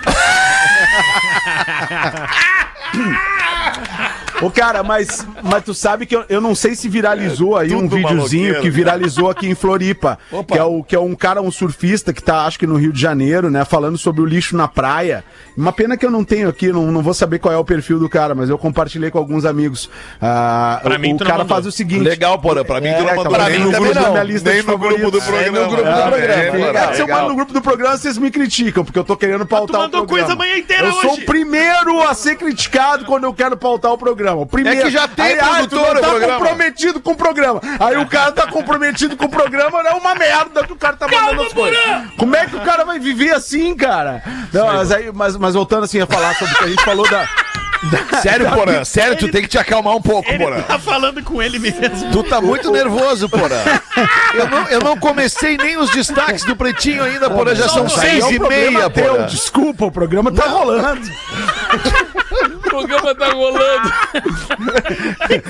D: Ô, cara, mas, mas tu sabe que eu, eu não sei se viralizou aí um
C: tudo
D: videozinho
C: maloqueiro,
D: que viralizou aqui em Floripa. Que é, o, que é um cara, um surfista que tá, acho que no Rio de Janeiro, né? Falando sobre o lixo na praia. Uma pena que eu não tenho aqui, não, não vou saber qual é o perfil do cara, mas eu compartilhei com alguns amigos. Ah,
F: Pra
D: o
F: mim,
D: o
F: tu não
D: cara
F: mandou.
D: faz o seguinte.
C: Legal, Porã. Pra mim,
D: É,
C: tu não
D: tá
C: mandou
D: bom.
C: nem
D: Nem
C: no
D: no
C: grupo
D: grupo da
C: não.
D: minha lista
C: Nem
D: de
C: no grupo do
D: favoritos.
C: programa.
B: Nem no grupo do
C: Ah,
B: programa.
C: é,
B: Legal,
C: Porã,
D: Se eu mando
C: legal.
D: no grupo do programa, vocês me criticam, porque eu tô querendo pautar
F: mandou
D: o programa.
F: coisa a manhã inteira
D: eu sou
F: hoje.
D: o primeiro a ser criticado quando eu quero pautar o programa. O primeiro.
C: É que já tem
D: Aí, ah, tu
C: produtor
D: não
C: no
D: tá
C: programa.
D: comprometido com o programa. Aí o cara tá comprometido com o programa, é uma merda que o cara tá mandando as coisas. Como é que o cara vai viver assim, cara? Não, mas, aí, mas, mas voltando assim a falar sobre o que a gente falou da...
C: Sério, Porã. Sério, tu tem que te acalmar um pouco,
F: Ele
C: Porã.
F: tá falando com ele mesmo.
C: Tu tá muito nervoso, Porã. Eu não, eu não comecei nem os destaques do Pretinho ainda, Porã. Já são
D: Isso aí
C: seis
D: é um
C: e
D: problema
C: meia,
D: teu,
C: Porã.
D: Desculpa, o programa tá rolando.
E: O programa tá rolando.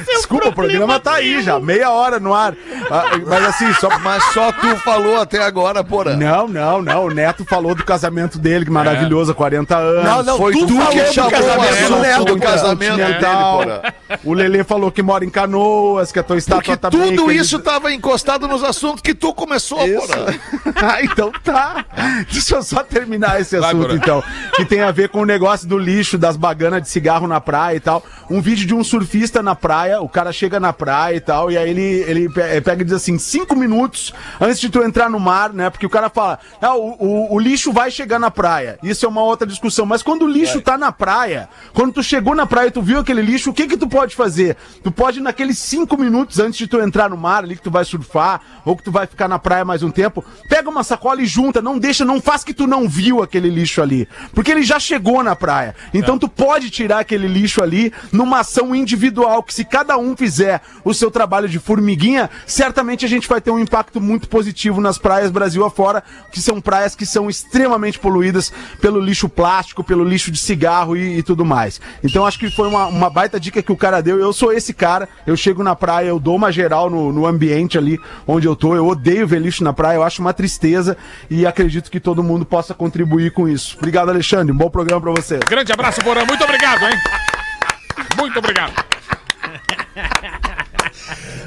D: Desculpa, o programa tá aí já, meia hora no ar. Ah, Mas assim, só
C: Mas só tu falou até agora, Porã.
D: Não, não, não. O Neto falou do casamento dele, que maravilhoso, há 40 anos.
B: Não, não,
C: Foi tu,
B: falou
C: que
B: do
C: chamou o
B: casamento
C: assunto
B: do Neto,
C: do
B: cara.
C: casamento dele,
D: Continental.
C: Porã.
D: O Lelê falou que mora em Canoas, que a tua estátua
C: Porque
D: tá bem,
C: tudo
D: que ele-
C: isso tava encostado nos assuntos que tu começou, Porã.
D: <laughs> ah, então tá. Deixa eu só terminar esse
E: Vai,
D: assunto,
E: Bruno.
D: então. Que tem a ver com o negócio do lixo, das baganas de cigarro na praia e tal. Um vídeo de um surfista na praia, o cara chega na praia e tal, e aí ele, ele pe- eh, pega e diz assim, cinco minutos antes de tu entrar no mar, né? Porque o cara fala, ah, o, o- o lixo vai chegar na praia. Isso é uma outra discussão. Mas quando o lixo tá na praia, quando tu chegou na praia e tu viu aquele lixo, o que que tu pode fazer? Tu pode, naqueles cinco minutos antes de tu entrar no mar ali, que tu vai surfar, ou que tu vai ficar na praia mais um tempo, pega uma sacola e junta, não deixa, não faz que tu não viu aquele lixo ali. Porque ele já chegou na praia. Então tu pode tirar aquele lixo ali numa ação individual, que se cada um fizer o seu trabalho de formiguinha, certamente a gente vai ter um impacto muito positivo nas praias Brasil afora, que são praias que são extremamente poluídas pelo lixo plástico, pelo lixo de cigarro e, e tudo mais. Então acho que foi uma, uma baita dica que o cara deu. Eu sou esse cara, eu chego na praia, eu dou uma geral no, no ambiente ali onde eu tô. Eu odeio ver lixo na praia, eu acho uma tristeza e acredito que todo mundo possa contribuir com isso. Obrigado, Alexandre. Um bom programa pra vocês.
E: Grande abraço, Porã. Muito obrigado, hein? Muito obrigado. Tá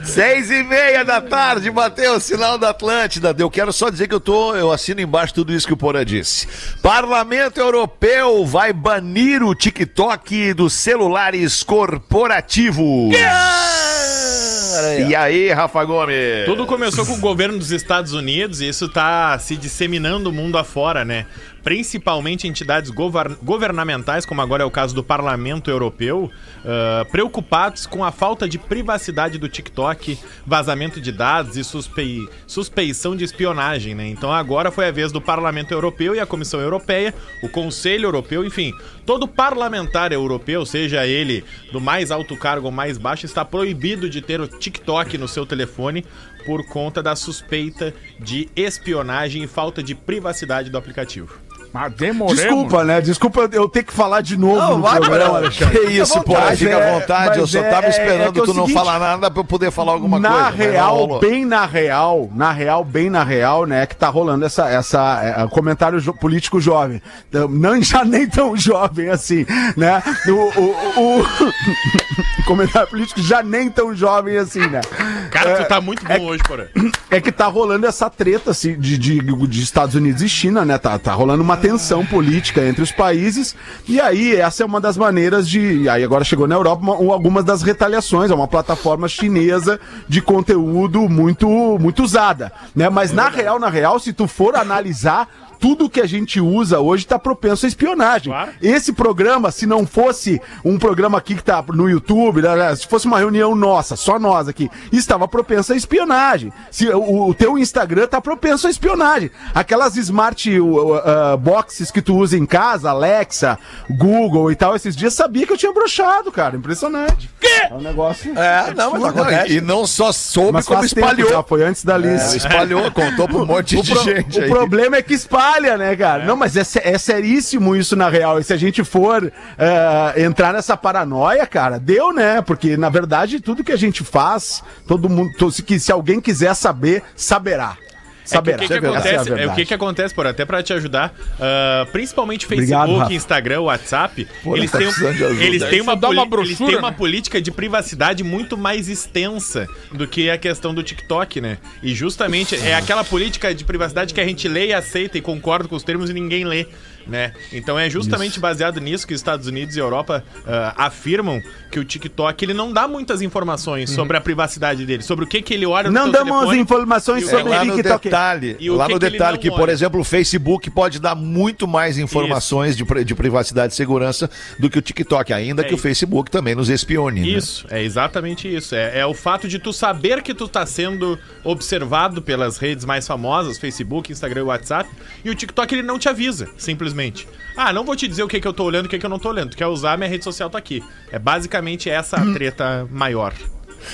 C: Seis e meia da tarde, bateu o sinal da Atlântida. Eu quero só dizer que eu tô, eu assino embaixo tudo isso que o Porã disse. Parlamento Europeu vai banir o TikTok dos celulares corporativos.
B: Homem-Aranha.
C: E aí, Rafa Gomes?
F: Tudo começou com o governo dos Estados Unidos e isso tá se disseminando o mundo afora, né? Principalmente entidades gover- governamentais, como agora é o caso do Parlamento Europeu, ah, preocupados com a falta de privacidade do TikTok, vazamento de dados e suspei- suspeição de espionagem, né? Então agora foi a vez do Parlamento Europeu e a Comissão Europeia, o Conselho Europeu, enfim, todo parlamentar europeu, seja ele do mais alto cargo ou mais baixo, está proibido de ter o TikTok no seu telefone por conta da suspeita de espionagem e falta de privacidade do aplicativo.
E: Mas demoremos.
D: Desculpa, né? Desculpa eu ter que falar de novo
B: Não,
D: no
B: vai,
D: programa,
B: vai.
D: Alexandre.
C: Que isso, pô,
D: vontade,
C: fica à
D: é,
C: vontade. Eu
D: mas
C: só
D: é-
C: tava
D: é- é
C: esperando
D: que é o
C: tu não
D: seguinte,
C: falar nada pra eu poder falar alguma
D: na
C: coisa. mas não
D: real,
C: rolou.
D: <laughs> bem na real, na real, bem na real, né, que tá rolando essa, essa é, é, comentário jo- político jovem, Então, não <laughs> já nem tão jovem assim, né? O, o- o- <laughs> comentário político já nem tão jovem assim, né?
F: Cara, tu tá muito bom hoje, porra.
D: É que tá rolando essa treta assim, de, de, de Estados Unidos e China, né? Tá, tá rolando uma tensão política entre os países. E aí, essa é uma das maneiras de. e Aí agora chegou na Europa uma- um- algumas das retaliações. É uma plataforma chinesa de conteúdo muito, muito usada. Né? Mas na real, na real, se tu for analisar. Tudo que a gente usa hoje tá propenso a espionagem. Esse programa, se não fosse um programa aqui que tá no YouTube, né, né, se fosse uma reunião nossa, só nós aqui, estava propenso a espionagem. Se o, o teu Instagram tá propenso a espionagem. Aquelas smart o- o- ah, boxes que tu usa em casa, Alexa, Google e tal, esses dias sabia que eu tinha brochado, cara. Impressionante. É um negócio.
B: É, não, mas acontece.
C: E não só soube,
D: Mas
C: como
D: faz tempo
C: espalhou.
D: já, foi antes da lista.
C: Espalhou, contou pra um monte
D: O,
C: de
D: pro-
C: gente
D: o
C: aí.
D: problema é que espalha, né, cara? Não, mas é, sé- é seríssimo isso na real. E se a gente for eh, entrar nessa paranoia, cara, deu, né? Porque, na verdade, tudo que a gente faz, todo mundo. to- se, que- se alguém quiser saber, saberá.
F: É
D: Saberá.
F: que o que,
D: Essa
F: que
D: é a
F: acontece, é, o
D: verdade.
F: que, que acontece, por até pra te ajudar, ah, principalmente
D: Obrigado,
F: Facebook,
D: Rafa.
F: Instagram, WhatsApp, eles,
B: tá
F: têm, um-
B: precisando de ajuda.
F: eles, têm
E: Isso
F: uma
E: dá
F: poli-
E: uma brochura,
F: eles têm uma
E: né?
F: política de privacidade muito mais extensa do que a questão do TikTok, né? E justamente é aquela política de privacidade que a gente lê e aceita e concorda com os termos e ninguém lê. Né? Então é justamente baseado nisso que os Estados Unidos e Europa ah, afirmam que o TikTok ele não dá muitas informações sobre a privacidade dele, sobre o que, que ele olha no
D: Uhum. Não
F: seu
D: damos
F: telefone.
D: informações
F: e o
C: É
D: sobre tá
C: lá no
D: TikTok.
C: detalhe,
F: E o
C: lá
F: que
C: no
F: que ele
C: detalhe
F: não
C: que, por
F: olha?
C: exemplo, o Facebook pode dar muito mais informações de, pri- de privacidade e segurança do que o TikTok, ainda que o
F: É isso.
C: Facebook também nos espione. né?
F: Isso, é exatamente isso. É, é o fato de tu saber que tu tá sendo observado pelas redes mais famosas, Facebook, Instagram e WhatsApp, e o TikTok ele não te avisa, simplesmente. Ah, não vou te dizer o que, que eu tô olhando e o que, que eu não tô olhando. Tu quer usar, minha rede social tá aqui. É basicamente essa a treta maior.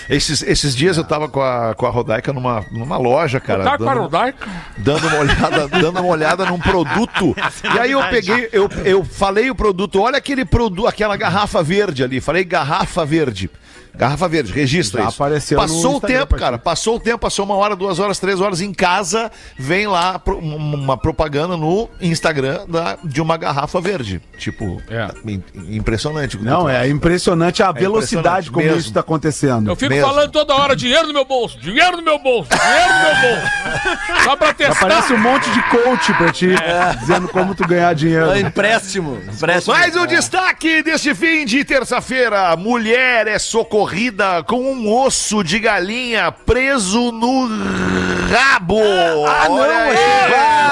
C: Esses, esses dias eu tava com a, com a Rodaica numa, numa loja, cara.
E: Tá com a
C: dando- um
E: Rodaica?
C: dando
D: <laughs>
C: uma olhada, dando uma olhada num produto.
D: é
C: E aí eu peguei, eu, eu falei o produto, olha aquele produto, aquela garrafa verde ali, falei garrafa verde. Garrafa verde, registra
D: Já
C: isso.
D: apareceu no
C: passou o
D: Instagram
C: tempo,
D: pra ti.
C: cara. Passou o tempo, passou uma hora, duas horas, três horas em casa, vem lá pro- um- uma propaganda no Instagram da- de uma garrafa verde. Tipo,
E: É.
C: im- impressionante.
D: Não, é impressionante a velocidade
C: impressionante
D: como
C: mesmo.
D: isso tá acontecendo.
E: Eu
D: <laughs>
E: fico
C: Mesmo.
E: falando toda hora, dinheiro no meu bolso, dinheiro no meu bolso, dinheiro no meu bolso. Só pra testar.
D: Aparece um monte de coach pra ti,
F: É.
D: dizendo como tu ganhar dinheiro.
B: É empréstimo. empréstimo.
C: Mais um destaque deste fim de terça-feira. Mulher é socorrida com um osso de galinha preso no rabo. Ah,
B: é
C: cara.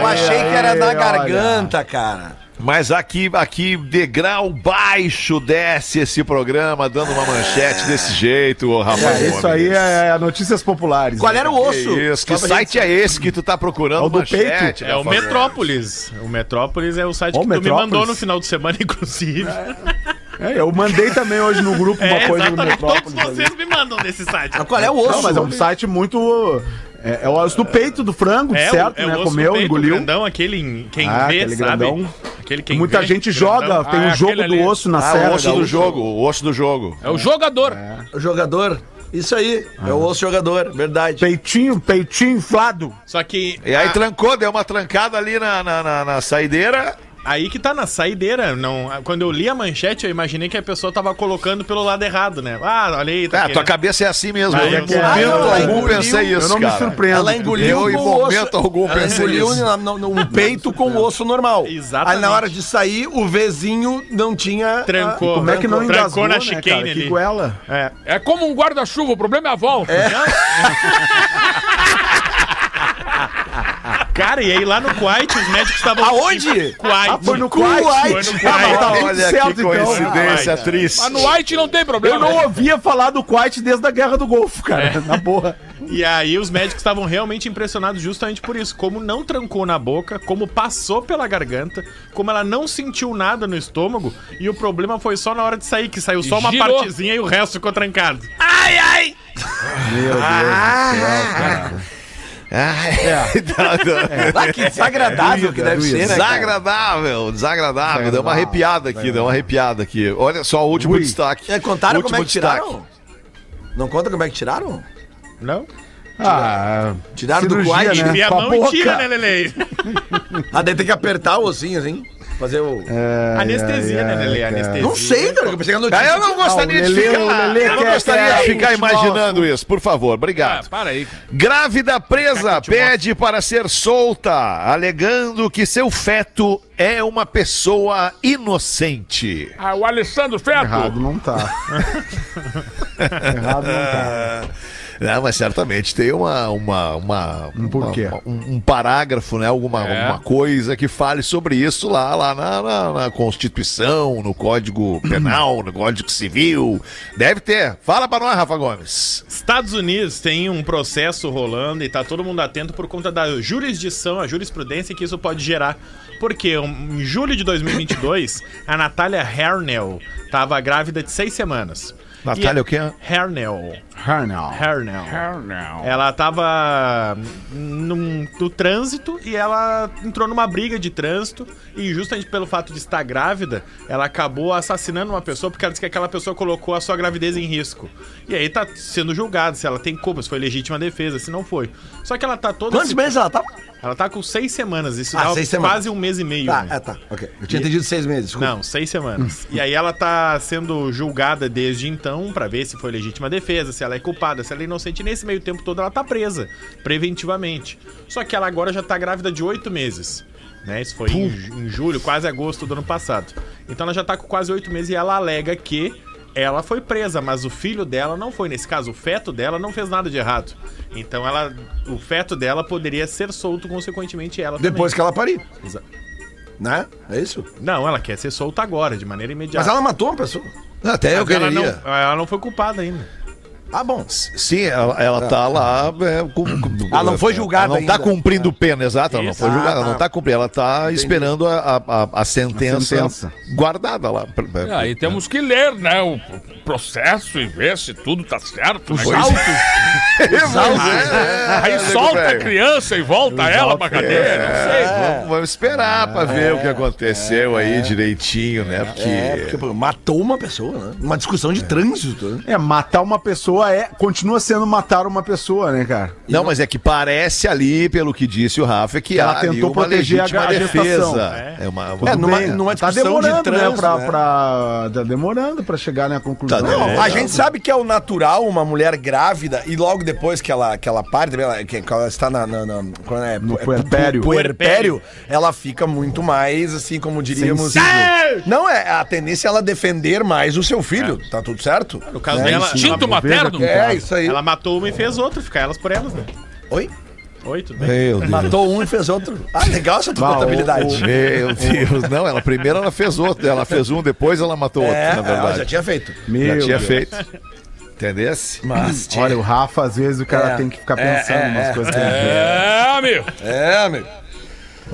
B: Eu achei que era
D: aí,
B: na
D: olha.
B: garganta, cara.
C: Mas aqui, aqui, degrau baixo desce esse programa, dando uma manchete desse jeito, ô, Rafa.
D: É, isso aí é notícias populares.
B: Qual era o
C: Que
B: osso?
C: isso, que site é esse que tu tá procurando
D: É o do
C: manchete? Ah,
F: É o
C: Rafa?
F: Metrópolis. O Metrópolis é o site
D: Ó,
F: que tu me
D: Metrópolis.
F: mandou no final de semana, <laughs> inclusive.
D: É, eu mandei também hoje no
F: <laughs>
D: grupo uma
F: É,
D: coisa no
F: exatamente. Todos
D: Metrópolis. ali.
F: vocês me mandam desse site.
B: Mas Qual é o
D: Não,
B: osso?
D: mas é um site muito. É, é o osso do peito do frango,
F: É o-
D: certo?
F: o
D: né?
F: osso
D: Comeu,
F: peito,
D: engoliu.
F: grandão, aquele em- quem
D: Ah,
F: vê,
D: aquele
F: sabe?
D: grandão.
F: Aquele quem
D: Muita
F: vê,
D: gente
F: grandão. é
D: joga, tem o
E: Ah,
D: jogo do
E: aquele ali.
D: osso na
C: Ah,
D: série.
C: o osso do jogo, o osso do jogo.
E: É o jogador.
B: O jogador. Isso aí. É o osso jogador, verdade.
D: Peitinho, peitinho inflado.
F: Só que
D: É.
C: E aí trancou, deu uma trancada ali na, na, na- na saideira.
F: Aí que tá na saideira. Não, quando eu li a manchete, eu imaginei que a pessoa tava colocando pelo lado errado, né? Ah, olha aí.
C: Ah,
F: querendo-
C: tua cabeça é assim mesmo.
F: Aí
C: eu,
F: é
C: em
F: que-
C: momento
B: Ah, ela
C: algum,
B: engoliu,
C: pensei isso,
D: eu não me
C: cara.
D: surpreendo.
B: Ela engoliu
C: Eu, em
B: com o osso.
C: momento algum,
B: Ela
C: pensei
B: engoliu
C: isso.
B: na- na- no, peito com o osso normal.
F: Exatamente.
B: Aí na hora de sair, o vizinho não tinha...
F: Trancou.
B: a-
D: Como é que não
F: Trancou
D: engasgou,
F: na
D: né,
F: chicane
D: cara?
F: ali.
D: Que goela.
F: É.
E: É como um guarda-chuva, o problema é a volta.
F: né? Cara, e aí lá no Kuwait,
D: <laughs>
F: os médicos estavam.
B: Aonde?
F: Kuwait.
D: Ah,
F: Ah,
D: foi no Kuwait.
F: Foi no Kuwait.
D: tá tudo
C: Olha
D: certo,
C: que
D: então.
C: coincidência triste.
E: Mas no White não tem problema.
D: Eu não
E: né?
D: ouvia falar do Kuwait desde a Guerra do Golfo, cara.
F: É.
D: Na boa.
F: E aí os médicos estavam realmente impressionados justamente por isso. Como não trancou na boca, como passou pela garganta, como ela não sentiu nada no estômago, e o problema foi só na hora de sair, que saiu só uma
E: Girou.
F: partezinha e o resto ficou trancado.
C: é. <laughs> Então,
B: Ah, que desagradável que deve ser, né, cara?
C: Desagradável, desagradável. Deu uma arrepiada aqui, deu uma arrepiada aqui. Olha só o último destaque.
B: É, contaram
C: último
B: como é que
C: destaque.
B: tiraram? Não conta como é que tiraram?
F: Não?
D: Ah,
B: Tiraram do
D: Cirurgia,
B: Kuwait?
D: né?
F: Enfia a
D: Com a
F: mão e tira,
D: boca.
F: né, Lelei?
B: Ah, daí tem que apertar o ossinho, assim. Fazer o...
F: <laughs> Anestesia, né, Lelei? Anestesia.
B: Não sei, cara, que eu pensei que
C: Ah,
B: tinha-
C: eu não gostaria
D: Ah, o
C: de
D: Lelê-
C: ficar.
D: o Lelê
C: eu não
D: quer-
C: gostaria
D: quer
C: de ficar
D: futebol.
C: imaginando isso, por favor.
E: Ah,
C: Obrigado.
E: para aí. cara.
C: Grávida presa pede para ser solta, alegando que seu feto é uma pessoa inocente.
E: Ah, o Alessandro Feto.
D: errado não <laughs> tá. errado não tá.
C: Não, mas certamente tem uma. uma, uma um
D: porquê.
C: um, um parágrafo, né? Alguma,
E: É.
C: alguma coisa que fale sobre isso lá, lá na, na- na Constituição, no Código Penal, no Código Civil. Deve ter. Fala pra nós, Rafa Gomes.
F: Estados Unidos tem um processo rolando e tá todo mundo atento por conta da jurisdição, a jurisprudência que isso pode gerar. Porque um- em julho de 2022, a Natália Hernell estava grávida de seis semanas.
C: Natália
F: E-
C: o quê?
F: Hernell.
D: Hernal.
F: Hernell.
E: Ah, não.
F: Ela tava num- no trânsito e ela entrou numa briga de trânsito. E justamente pelo fato de estar grávida, ela acabou assassinando uma pessoa porque ela disse que aquela pessoa colocou a sua gravidez em risco. E aí tá sendo julgado se ela tem culpa, se foi legítima defesa, se não foi. Só que ela tá toda.
B: Quantos meses ela tava?
F: Ela tá com seis semanas, isso
B: Ah,
F: dá
B: seis
F: quase
B: semanas.
F: um mês e meio.
B: Tá,
F: né?
B: é, tá. Ok. Eu tinha entendido seis meses, desculpa.
F: Não, seis semanas. E aí ela tá sendo julgada desde então pra ver se foi legítima defesa, se ela é culpada, se ela é inocente. E nesse meio tempo todo ela tá presa, preventivamente. Só que ela agora já tá grávida de oito meses. Né? Isso foi em, ju- em julho, quase agosto do ano passado. Então ela já tá com quase oito meses e ela alega que ela foi presa, mas o filho dela não foi. Nesse caso, o feto dela não fez nada de errado. Então ela, o feto dela poderia ser solto, consequentemente ela
B: Depois que ela pariu.
F: Exato.
B: Né? É isso?
F: também. Não, ela quer ser solta agora, de maneira imediata.
B: Mas ela matou uma pessoa.
C: Até
F: Mas ela não, ela não foi culpada ainda.
B: Ah, bom.
C: Sim, ela, ela tá lá. é, com- com-
B: Ela não foi julgada
C: Ela não tá
B: ainda.
C: cumprindo pena, exato. Ela não
F: Isso.
C: foi julgada, ela
B: Ah,
C: não tá cumprindo. Ela tá esperando a, a- a- a sentença,
D: sentença.
C: guardada lá.
E: Ah, E aí temos que ler, né, o processo e ver se tudo tá certo. né?
C: É,
E: Aí solta a criança e volta ela pra cadeia, não sei.
C: É, Vamos, vamos esperar pra ver o que aconteceu aí direitinho, né? Porque.
B: É, porque pô, matou uma pessoa, né? Uma discussão de trânsito, né?
D: É, matar uma pessoa é. Continua sendo matar uma pessoa, né, cara?
C: Não, mas é que parece ali, pelo que disse o Rafa, é que
D: Ela
C: há ali
D: tentou
C: uma
D: proteger a
C: legítima
D: ga- a gestação.
C: defesa.
F: É.
C: É uma,
D: Tudo
B: numa-
D: bem.
B: numa
D: tá
B: discussão de
D: demorando, né,
B: trânsito,
D: pra,
B: né?
D: pra- Tá demorando pra chegar na conclusão.
C: Tá
D: Não,
C: demorando.
B: a gente sabe que é o natural uma mulher grávida e logo depois que ela, que ela pare, também, ela, que, que ela está na, na- na- quando é,
D: No
B: é,
D: puerpério.
B: pu- puerpério, ela fica muito mais, assim, como diríamos.
D: Sensível. É.
B: Não, é a tendência é ela defender mais o seu filho. Tá tudo certo?
F: No caso
B: Né?
F: dela,
E: Instinto
F: ela,
E: materno?
B: É, isso aí.
F: ela matou uma e fez outra, ficar elas por elas, né?
B: Oi?
F: Oi, tudo bem?
C: Meu Deus.
B: Matou um e fez outro. Ah, legal essa tua
D: Ah, o-
B: contabilidade. <laughs>
C: Meu Deus, não, ela primeiro ela fez outro, ela fez um, depois ela matou outro,
B: É,
C: na
B: ela
C: verdade.
B: já
C: Já
B: tinha feito.
D: Meu
C: tinha,
D: Deus.
C: feito. Entendesse?
B: Mas, tchê,
D: Olha, o Rafa, às vezes, o cara
B: É.
D: tem que ficar pensando
B: É,
D: umas
B: é,
D: coisas. que ele vê.
E: É, amigo.
B: é, amigo.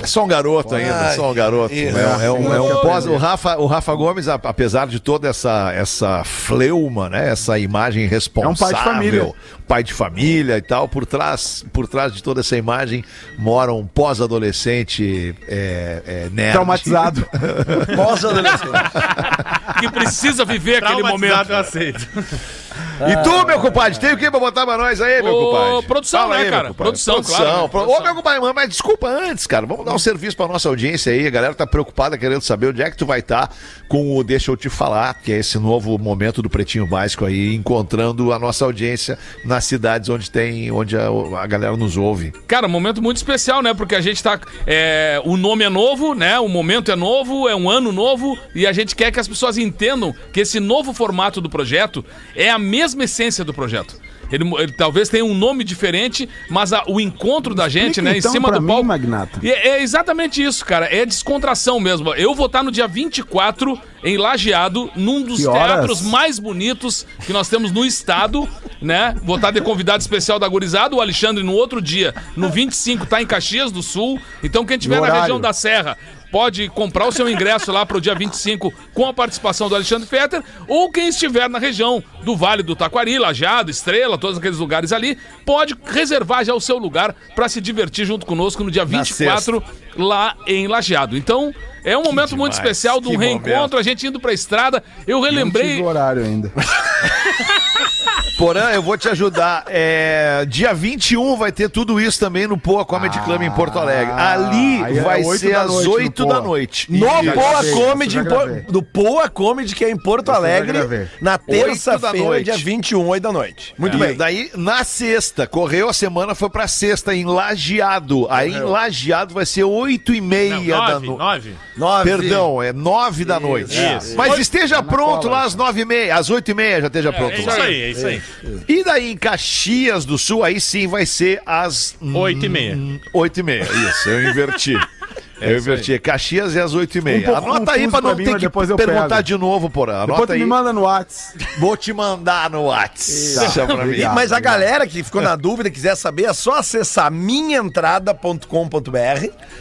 C: Só um garoto ainda,
B: Ai,
C: só um garoto. É,
B: isso.
C: um- é um, é um pós. O Rafa, o Rafa Gomes, a- apesar de toda essa, essa fleuma, né? Essa
D: É
C: imagem responsável.
D: um família.
C: Pai de família e tal, por trás, por trás de toda essa imagem mora um pós-adolescente é, é, nerd.
D: Traumatizado. <laughs>
B: Pós-adolescente.
E: Que precisa viver aquele
F: Traumatizado
E: momento.
F: eu aceito.
C: E tu,
D: Ah.
C: meu compadre, tem o que pra botar pra nós aí, meu
E: Ô,
C: compadre?
E: produção, né,
C: meu
E: cara?
C: compadre.
E: Produção, claro, né?
C: pro- Ô,
E: Produção.
C: meu compadre, mas- mas desculpa antes, cara. Vamos dar um serviço pra nossa audiência aí. A galera tá preocupada, querendo saber onde é que tu vai estar com o Deixa Eu Te Falar, que é esse novo momento do Pretinho Básico aí, encontrando a nossa audiência nas cidades onde tem, onde a, a galera nos ouve.
E: Cara, um momento muito especial, né? Porque a gente tá. é, o nome é novo, né? O momento é novo, é um ano novo. E a gente quer que as pessoas entendam que esse novo formato do projeto é a mesma essência do projeto. Ele, ele talvez tenha um nome diferente, mas a- o encontro da gente, né?
D: então
E: em cima
D: pra
E: do
D: mim,
E: palco.
D: Magnata.
E: E é exatamente isso, cara. É descontração mesmo. Eu vou estar no dia 24 em Lajeado, num dos
D: Que horas?
E: teatros mais bonitos que nós temos no estado, né? Vou estar de convidado especial da Gurizada, o Alexandre no outro dia, no 25, tá em Caxias do Sul. Então quem tiver na
D: horário.
E: região da Serra, pode comprar o seu ingresso lá pro dia 25 com a participação do Alexandre Fetter, ou quem estiver na região do Vale do Taquari, Lajado, Estrela, todos aqueles lugares ali, pode reservar já o seu lugar para se divertir junto conosco no dia 24 lá em Lajeado. Então, é um momento muito
C: demais,
E: especial do
C: que
E: reencontro,
C: momento. um
E: a gente indo pra estrada. Eu
D: Tive
E: relembrei
D: horário ainda.
C: Porã, eu vou te ajudar. <laughs> É, dia 21 vai ter tudo isso também no Poa Comedy Club em Porto Alegre.
D: Ah. aí
C: Ali
D: é
C: vai
D: oito
C: ser
D: da
C: às
D: noite no
C: 8 da
D: Poa.
C: noite.
B: No
D: já
B: Poa
D: gravei,
B: Comedy,
D: isso eu
B: em
D: já
B: Por-
D: gravei.
B: do Poa Comedy, que é em Porto
D: já
B: Alegre,
D: gravei.
B: na terça-feira,
C: noite.
B: dia 21, 8 da noite.
C: Muito
D: É.
C: bem. Daí, na sexta, correu a semana, foi pra sexta, em Lajeado. Aí em Lajeado vai ser 8 e
F: Não,
C: meia da
F: nove,
C: noite.
F: nove.
B: Nove.
C: Perdão, é 9 da noite.
F: isso.
C: Mas esteja pronto lá às 9 e meia, às 8 e meia já esteja
F: É
C: pronto
F: isso
C: lá.
F: aí, é isso aí.
C: E daí em Caxias do Sul, aí sim vai ser às
F: Oito e meia.
C: 8 e meia. Isso,
D: <laughs>
C: eu inverti.
D: É
C: eu inverti. Caxias é às 8 e meia.
D: Um pouco
C: Anota aí
D: confuso
C: pra não
D: pra mim,
C: ter
D: mas
C: que
D: depois eu
C: perguntar
D: pego.
C: de novo, porra.
D: Depois
C: Anota
D: tu
C: aí.
D: me manda no WhatsApp.
C: Vou te mandar no WhatsApp. Deixa pra mim.
B: E- mas a galera que ficou na dúvida, quiser saber, é só acessar minhaentrada.com.br,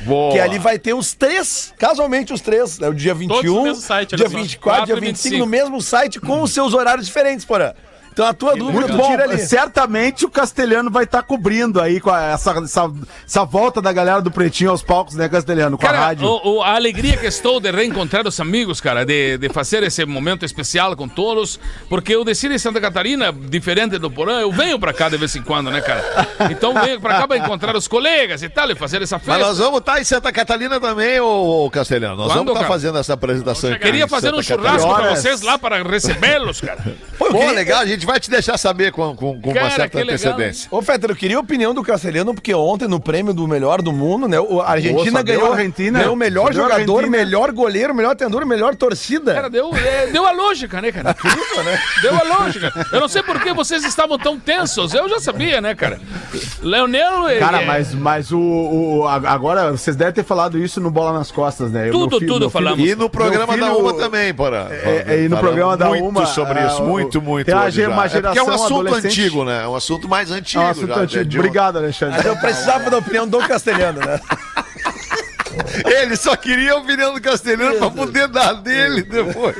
C: Boa.
B: que ali vai ter os três, casualmente os três, né? O dia
F: no
B: 21,
F: mesmo site, olha
B: dia
F: só.
B: 24, dia
E: 4 e
B: 25, no mesmo site, com os seus horários diferentes, porã. Então a tua dúvida
D: Muito
B: tu
D: bom.
B: tira ali.
D: Certamente o Castelhano vai estar cobrindo aí com a- essa, essa, essa volta da galera do Pretinho aos palcos, né, Castelhano? Com a
E: Cara,
D: rádio.
E: o- o- a alegria que estou de reencontrar os amigos, cara, de, de fazer esse momento especial com todos, porque eu desci em Santa Catarina, diferente do Porã, eu venho pra cá de vez em quando, né, cara? Então venho pra cá pra encontrar os colegas e tal, e fazer essa
C: Mas
E: festa.
C: nós vamos estar em Santa Catarina também, ô, ô Castelhano. Nós
E: Quando,
C: vamos estar
E: cara?
C: fazendo essa apresentação aqui.
E: Queria
C: em
E: fazer
C: Santa
E: um churrasco
C: Catarina.
E: pra
D: Horas.
E: vocês lá para recebê-los, cara.
B: Pô, eu
C: Pô,
B: queria-
C: legal, a gente vai te deixar saber com, com- com uma
E: Cara,
C: certa
E: que legal.
C: antecedência.
B: Ô, Fetter, eu queria a opinião do Castelhano, porque ontem no prêmio do melhor do mundo, né? o- A Argentina
D: Nossa, deu
B: ganhou,
D: a Argentina.
B: ganhou o melhor
D: Deu a
B: jogador,
D: Argentina.
B: melhor goleiro, melhor atendor, melhor torcida.
E: Cara, deu, é, deu a lógica, né, cara? Deu a lógica. Eu não sei por que vocês estavam tão tensos. Eu já sabia, né, cara? Leonel. é,
D: Cara,
E: é,
D: mas, mas o, o- a- Agora, vocês devem ter falado isso no Bola nas Costas, né? Eu-
E: Tudo,
D: meu filho-
E: tudo
D: meu filho-
E: falamos.
C: E no programa
D: Meu
C: da
D: filho-
C: Uma também, Porã.
D: É, é, e no
C: Falamos
D: programa da
C: muito
D: Uma,
C: sobre
D: é,
C: isso,
D: o-
C: muito, muito.
D: tem a
C: hoje
D: ge- uma
C: já. É porque é um
D: geração
C: assunto
D: adolescente.
C: antigo, né? É um assunto mais antigo.
D: É um assunto
C: já,
D: antigo.
C: de um-
D: Obrigado, Alexandre.
B: <laughs> Mas eu precisava da opinião do Castelhano, né?
C: Ele só queria a opinião do Castelhano pra poder dar dele depois.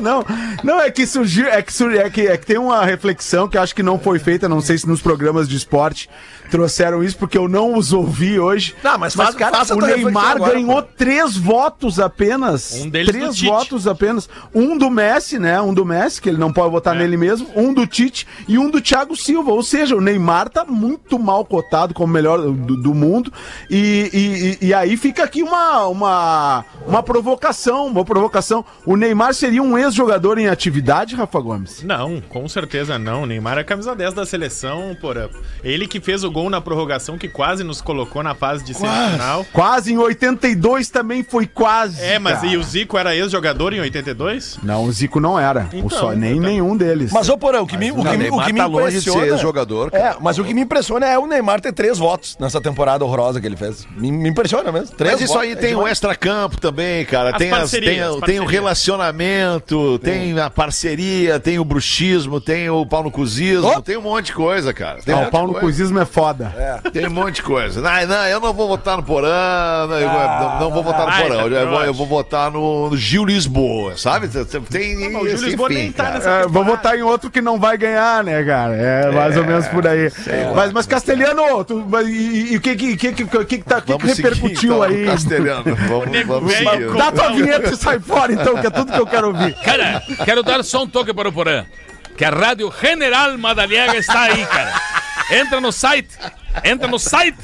D: Não, não, não, é que surgiu, é que, surgiu é, que, é que tem uma reflexão que eu acho que não foi feita, não sei se nos programas de esporte trouxeram isso, porque eu não os ouvi hoje.
B: Não, mas faz- faça a
D: o
B: tua reflexão
D: Neymar
B: agora,
D: ganhou
B: pô.
D: três votos apenas.
F: Um deles do
D: Três
F: Tite.
D: votos apenas. Um do Messi, né? Um do Messi, que ele não pode
F: É.
D: votar nele mesmo. Um do Tite e um do Thiago Silva. Ou seja, o Neymar tá muito mal cotado como o melhor do, do mundo. E, e- e- e aí fica aqui uma, uma, uma provocação, uma provocação. O Neymar seria um ex-jogador em atividade, Rafa Gomes?
F: Não, com certeza não. Neymar é camisa 10 da seleção, porra. Ele que fez o gol na prorrogação que quase nos colocou na fase de semifinal.
D: Quase, em 82 também foi quase.
F: É, mas
D: cara.
F: e o Zico era ex-jogador em 82?
D: Não, o Zico não era.
F: Então,
D: o só, nem
F: tá.
D: nenhum deles.
B: Mas, ô Porã, o que me, o que, me- o que me
C: tá longe de ser
B: impressiona...
C: jogador.
B: É, mas o que me impressiona é o Neymar ter três votos nessa temporada horrorosa que ele fez. Me, me impressiona mesmo. Três
C: Mas isso
B: votos.
C: aí tem o extra-campo também, cara.
F: As
C: Tem, as- tem-
F: parcerias,
C: tem o
F: parcerias.
C: relacionamento, tem a parceria, tem o bruxismo, tem o pau no cuzismo,
B: Oh!
C: tem um monte de coisa, cara.
F: Ah,
C: Tem um
D: Não,
C: monte
D: o
C: de
D: pau no
C: coisa.
D: coisismo é foda.
C: Tem um monte de coisa. Não, não, eu não vou votar no Porã, não, eu vou-
F: Ah,
C: não, não vou votar no
F: Ai,
C: Porã. Eu,
F: tá
C: vou, eu
F: ótimo.
C: vou votar no, no Gil Lisboa, sabe? Tem,
F: Não, mas o Gil
C: esse
F: Lisboa
C: fim,
F: nem tá
C: cara.
F: nessa
D: É, vou votar em outro que não vai ganhar, né, cara? É mais ou menos por aí. Mas,
C: né?
D: mas Castelhano, tu- mas e e o que que, que, que, que, que, tá, o que, que
C: Vamos seguir,
D: repercutiu
C: então,
D: aí?
C: Castelhano. Vamos,
F: <laughs> nego
C: vamos
F: velho
C: seguir.
F: com-
C: <laughs>
D: Dá tua vinheta e sai fora, então, que é tudo que eu quero ouvir.
E: Cara, quero dar só um toque para o Porã. que a Rádio General Madariaga está aí, cara. Entra no site, entra no site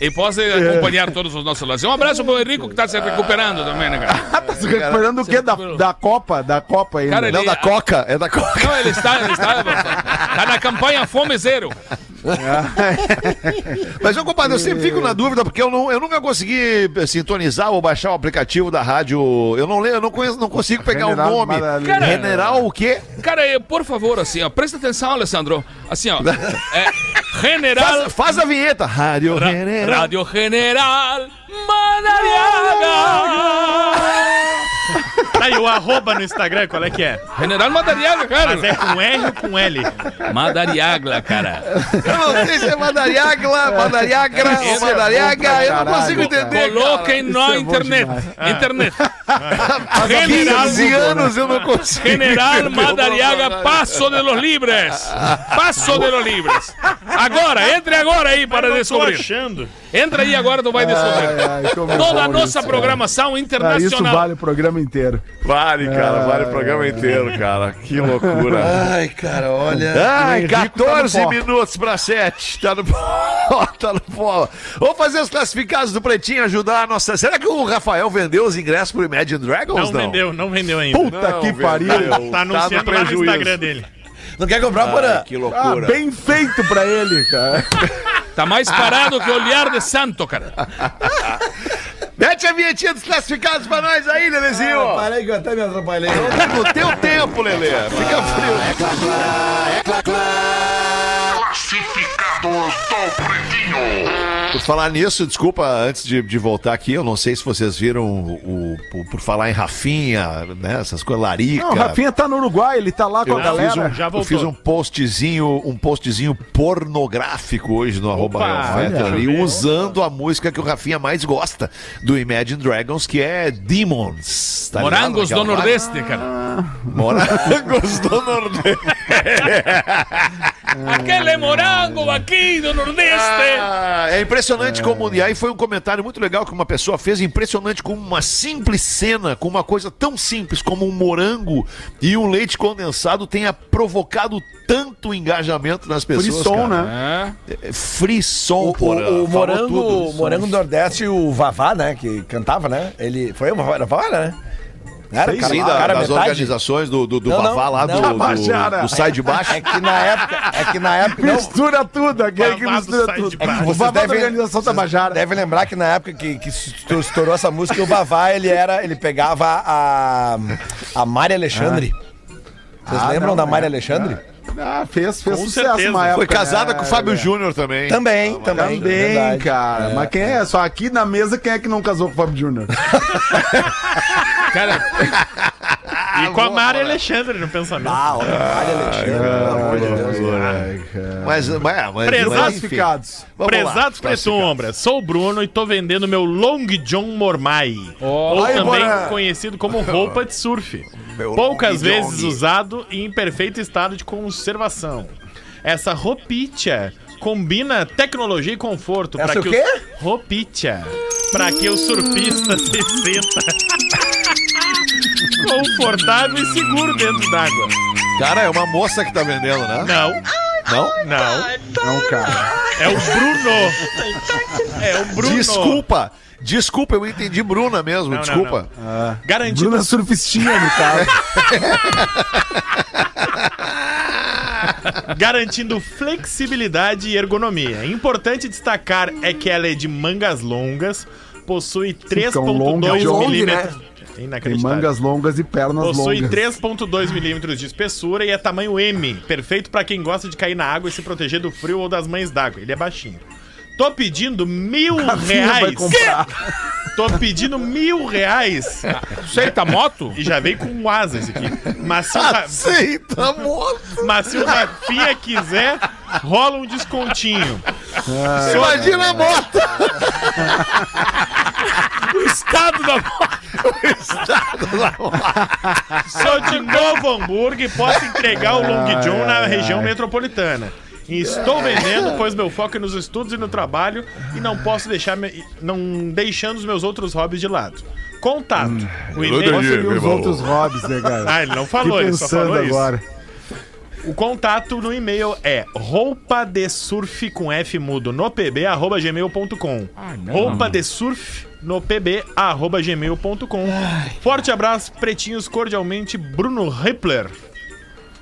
E: e possa acompanhar todos os nossos lances. Um abraço pro Henrico que tá se recuperando também, né, cara?
D: Tá se recuperando o quê? Da, da Copa? Da Copa ainda.
E: Cara, ele-
B: Não, da Coca, é da Coca.
E: Não, ele está, ele está, tá na campanha Fome Zero.
C: Mas eu, compadre, eu sempre
D: É.
C: fico na dúvida, porque eu, não, eu nunca consegui eh, sintonizar ou baixar o aplicativo da rádio. Eu não leio, eu não conheço, não consigo pegar
D: General
C: o nome.
D: Madalena.
E: Cara,
C: General o quê?
E: Cara, eh, por favor, assim, ó, presta atenção, Alessandro. Assim, ó, é, General
C: Faz, faz a vinheta. Rádio
E: Ra-
C: General.
E: Radio General Madariaga.
F: Tá aí o arroba no Instagram, qual é que é?
E: General Madariaga,
F: Mas é
E: cara.
F: com R ou com L?
E: Madariaga, cara.
B: Eu não sei se <laughs> é Madariagla, Madariagra
E: é
B: ou Madariaga, eu não consigo entender.
E: Coloquem na internet. <laughs> Internet. General,
B: 15 anos eu não consigo.
E: General Madariaga, passo de los libres. Passo de los libres. Agora, entre agora aí para descobrir.
F: achando.
E: Entra aí agora, tu vai
D: É,
E: descobrir. Toda a nossa programação
D: Ah, isso
E: internacional.
D: vale o programa inteiro.
C: Vale, cara, vale o programa inteiro, cara. Que loucura.
B: Ai, cara, olha.
C: Ai,
D: Henrico tá no
C: 14
D: pó.
C: minutos pra 7. Tá no pó, <laughs> tá no pó. Vamos fazer os classificados do Pretinho ajudar a nossa. Será que o Rafael vendeu os ingressos pro Imagine Dragons?
F: Não vendeu, não vendeu ainda.
D: Puta que
C: é
D: pariu.
F: Tá anunciando lá no
C: prejuízo.
F: Instagram dele.
B: Não quer comprar, Porã?
C: Que
D: Ah,
C: loucura.
D: bem feito pra ele, cara.
E: Tá mais parado que olhar de santo, cara.
C: Mete a vinhetinha dos classificados pra nós aí, Lelezinho.
D: É,
B: Parei que eu até me atrapalhei.
C: no teu tempo, Lele.
G: É
C: Fica frio.
G: Classificados do Pretinho.
C: Por falar nisso, desculpa, antes de, de voltar aqui, eu não sei se vocês viram o, o- por- por falar em Rafinha, né? Essas coisas, Larica.
D: Não, o Rafinha tá no Uruguai, ele tá lá com
C: Eu
D: a
C: fiz,
D: galera.
C: um,
F: já
C: eu
F: voltou.
C: fiz um postzinho, um postzinho pornográfico hoje no arroba Rafael
D: olha.
C: Fetter, e usando a música que o Rafinha mais gosta do Imagine Dragons, que é Demons. tá ligado?
E: Morangos do
C: Aquela vibe.
E: Nordeste, cara.
C: Morangos do Nordeste.
E: Aquele morango aqui do Nordeste.
C: Ah, é impressionante como. E aí foi um comentário muito legal que uma pessoa fez. Impressionante como uma simples cena, com uma coisa tão simples como um morango e um leite condensado tenha provocado tanto engajamento nas pessoas.
D: Frisson,
C: cara.
D: né?
E: É.
C: Frisson,
B: O,
C: porra.
B: o- o
C: Falou
B: morango,
C: tudo.
B: o morango do Nordeste, o Vavá, né? Que cantava, né? Ele foi o Vavá, era o Vavá, né? Era,
D: Sei
B: cara,
C: Sim,
B: o
C: da-
B: cara
C: das
B: metade-
C: organizações do, do, do
B: Não, não,
C: Vavá lá,
B: não.
C: do, do,
D: Tabajara.
C: do Sai de Baixo.
B: <laughs> É que na época, é que na época
D: <laughs>
B: não,
D: Mistura tudo, aquele que
F: Babado
D: mistura
F: sai de
D: tudo.
F: baixo.
D: O
B: Vocês
D: babado da
B: devem-
D: organização Tabajara.
B: Deve lembrar que na época que, que estu- estourou essa música, o Vavá, ele era, ele pegava a a Mari Alexandre.
C: Ah.
B: Vocês lembram
D: não,
C: né?
B: da Mari
D: é.
B: Alexandre?
C: então.
D: Ah, fez, fez
F: Com
D: sucesso
F: certeza.
D: uma época.
C: Foi casada
D: né?
C: com o Fábio Júnior também.
B: Também, também. é
D: Também,
B: verdade.
D: cara. Mas quem é? Só aqui na mesa, quem é que não casou com o Fábio Júnior?
E: Cara,
F: um- E com a Mari Alexandre no pensamento.
B: Ah, olha, Mari Alexandre, pelo amor de Deus.
C: Mas, mas, mas, mas, enfim.
D: Presaficados.
C: Vamos lá.
F: Prezados por sombra, sou o Bruno e tô vendendo meu Long John Mormai, ou
D: Aí,
F: também
D: Borá.
F: conhecido como roupa de surf. Poucas vezes usado e em perfeito estado de conservação. Essa roupitcha combina tecnologia e conforto
B: Essa
F: pra
B: o quê?
F: Os... Roupitcha, para que o surfista <laughs> se sinta confortável e seguro dentro d'água.
C: Cara, é uma moça que tá vendendo, né?
F: Não,
C: Não?
F: não,
D: Não, cara.
F: é o Bruno. É o Bruno.
C: Desculpa. Desculpa, eu entendi Bruna mesmo,
F: não,
C: desculpa.
F: Garantido
D: Bruna surfistinha no
F: <laughs>
D: carro.
F: garantindo flexibilidade e ergonomia. Importante destacar é que ela é de mangas longas, possui
D: longa,
F: 3.2
D: long,
F: milímetros. É
D: né? Tem
F: Inacreditável.
D: mangas longas e pernas
F: Possui
D: longas.
F: 3.2 milímetros de espessura e é tamanho M, perfeito pra quem gosta de cair na água e se proteger do frio ou das mães d'água. Ele é baixinho. Tô pedindo mil
D: <laughs> Rafinha vai
F: reais.
D: comprar.
F: Tô pedindo mil reais.
E: aceita moto?
F: E já veio com asa esse aqui. Mas
D: Ah,
F: se o, Ra-
C: Aceita, moça.
F: mas se o Rafinha quiser, rola um descontinho.
C: Imagina a
F: <laughs>
C: moto.
E: O estado da moto.
F: Sou de Novo Hamburgo e posso entregar o Long John na região metropolitana. E estou vendendo, pois meu foco é nos estudos e no trabalho e não posso deixar me- não deixando os meus outros hobbies de lado. Contato. O
D: Possui
F: e-mail. <laughs>
D: os outros hobbies, né, cara?
F: Ah, ele não falou, ele só falou isso. O contato no e-mail é roupa de surf com F mudo no pb arroba gmail.com. Roupa de surf no pb arroba gmail.com. Forte abraço, pretinhos, cordialmente, Bruno Rippler.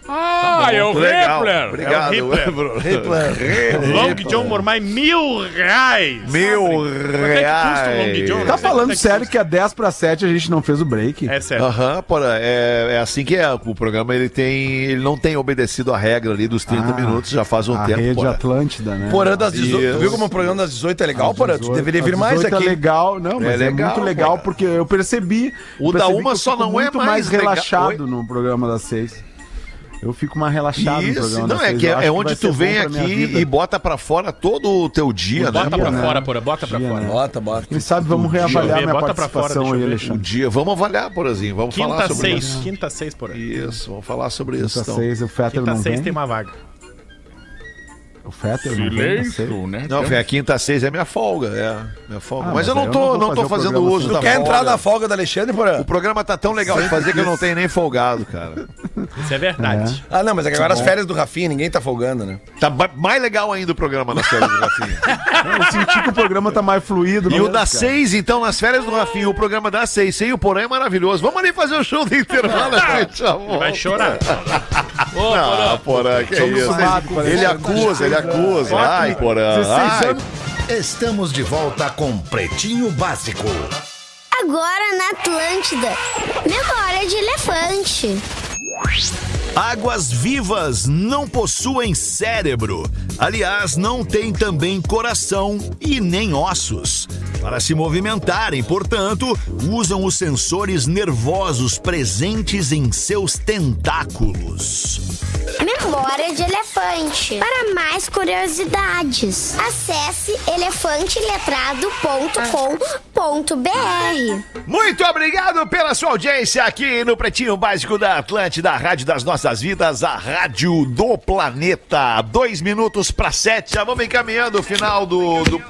E: Ah, é o
C: Legal.
E: Rappler.
C: Obrigado,
F: É o Rippler.
C: Bruno. <laughs>
F: Long John Mormai, mil reais.
C: Mil
F: é que custa o Long John?
C: reais.
D: Tá falando sério que a 10 pra 7 a gente não fez o break?
F: É sério.
C: Aham, porra, é, é assim que é. O programa ele tem. Ele não tem obedecido a regra ali dos 30
D: Ah,
C: minutos, já faz um
D: a
C: tempo.
D: rede
C: porra.
D: Atlântida, né?
B: Porã das 18.
C: Isso.
B: Tu viu como o programa das 18 é legal, Porã? Tu
D: 18,
B: deveria vir
D: a
B: mais
D: 18
B: aqui.
D: É legal, não, mas é,
C: legal,
D: muito legal
C: cara.
D: porque eu percebi.
C: O da
D: percebi
C: uma
D: que eu
C: só
D: fico
C: não é
D: muito
C: mais
D: mais,
C: legal.
D: relaxado no programa das seis. Eu fico mais relaxado no
C: Isso,
D: programa
C: não,
D: das
C: é
D: seis.
C: que
D: Eu acho
C: é
D: que
C: onde
D: vai
C: tu
D: ser
C: vem
D: bom pra minha
C: aqui
D: vida.
C: e bota pra fora todo o teu dia, né?
E: Bota pra
D: né?
E: fora, porra, bota pra
D: Dia,
E: fora.
D: né?
B: Bota, bota.
D: Quem sabe vamos reavaliar
F: ver,
D: minha
F: bota pra fora,
D: participação
F: deixa eu
D: aí,
F: ver.
C: Um
D: Alexandre.
C: dia. Vamos avaliar, porazinho. Vamos falar
F: Quinta
C: sobre
F: seis.
C: isso.
F: Quinta seis por aí.
C: Isso, vamos falar sobre isso.
D: Quinta
C: Então.
D: seis, o Fetter
F: Quinta
D: não
F: seis
D: vem.
F: tem uma vaga.
D: O Fetter não vem, não sei.
E: Silêncio, né?
C: Não, Fê, a quinta seis é minha folga, é minha folga.
D: Ah,
C: mas, eu
D: mas
C: não
D: aí
C: tô,
D: eu não
C: não
D: vou
C: tô
D: fazer o
C: fazendo
D: programa
C: uso
D: sem
C: da
B: Quer
C: folga.
B: entrar na folga do Alexandre, Porã?
C: O programa tá tão legal de fazer que eu não tenho nem folgado, cara.
F: Isso é verdade.
B: Ah, não, mas é que agora as férias do Rafinha, ninguém tá folgando, né?
C: Tá ba- mais legal ainda o programa nas férias do Rafinha. <laughs>
D: Eu senti que o programa tá mais fluido.
C: E
D: mesmo,
C: o da
D: cara.
C: seis, então, nas férias do Rafinha, o programa da seis, sem o porém é maravilhoso. Vamos ali fazer o show do intervalo, gente. amor.
F: Vai <laughs> chorar.
C: Ah, porã, que é isso.
D: acostumado com
C: Ele
D: isso.
C: acusa, ele acusa. Ai, porã.
D: 16
C: Ai,
D: anos.
A: Estamos de volta com Pretinho Básico.
H: Agora na Atlântida. Memória de elefante.
A: Águas vivas não possuem cérebro. Aliás, não tem também coração e nem ossos. Para se movimentarem, portanto, usam os sensores nervosos presentes em seus tentáculos.
H: Memória de elefante. Para mais curiosidades, acesse elefanteletrado.com.br.
C: Muito obrigado pela sua audiência aqui no Pretinho Básico da Atlântida, a Rádio das Nossas Vidas, a Rádio do Planeta. Dois minutos para sete, já vamos encaminhando o final do. do...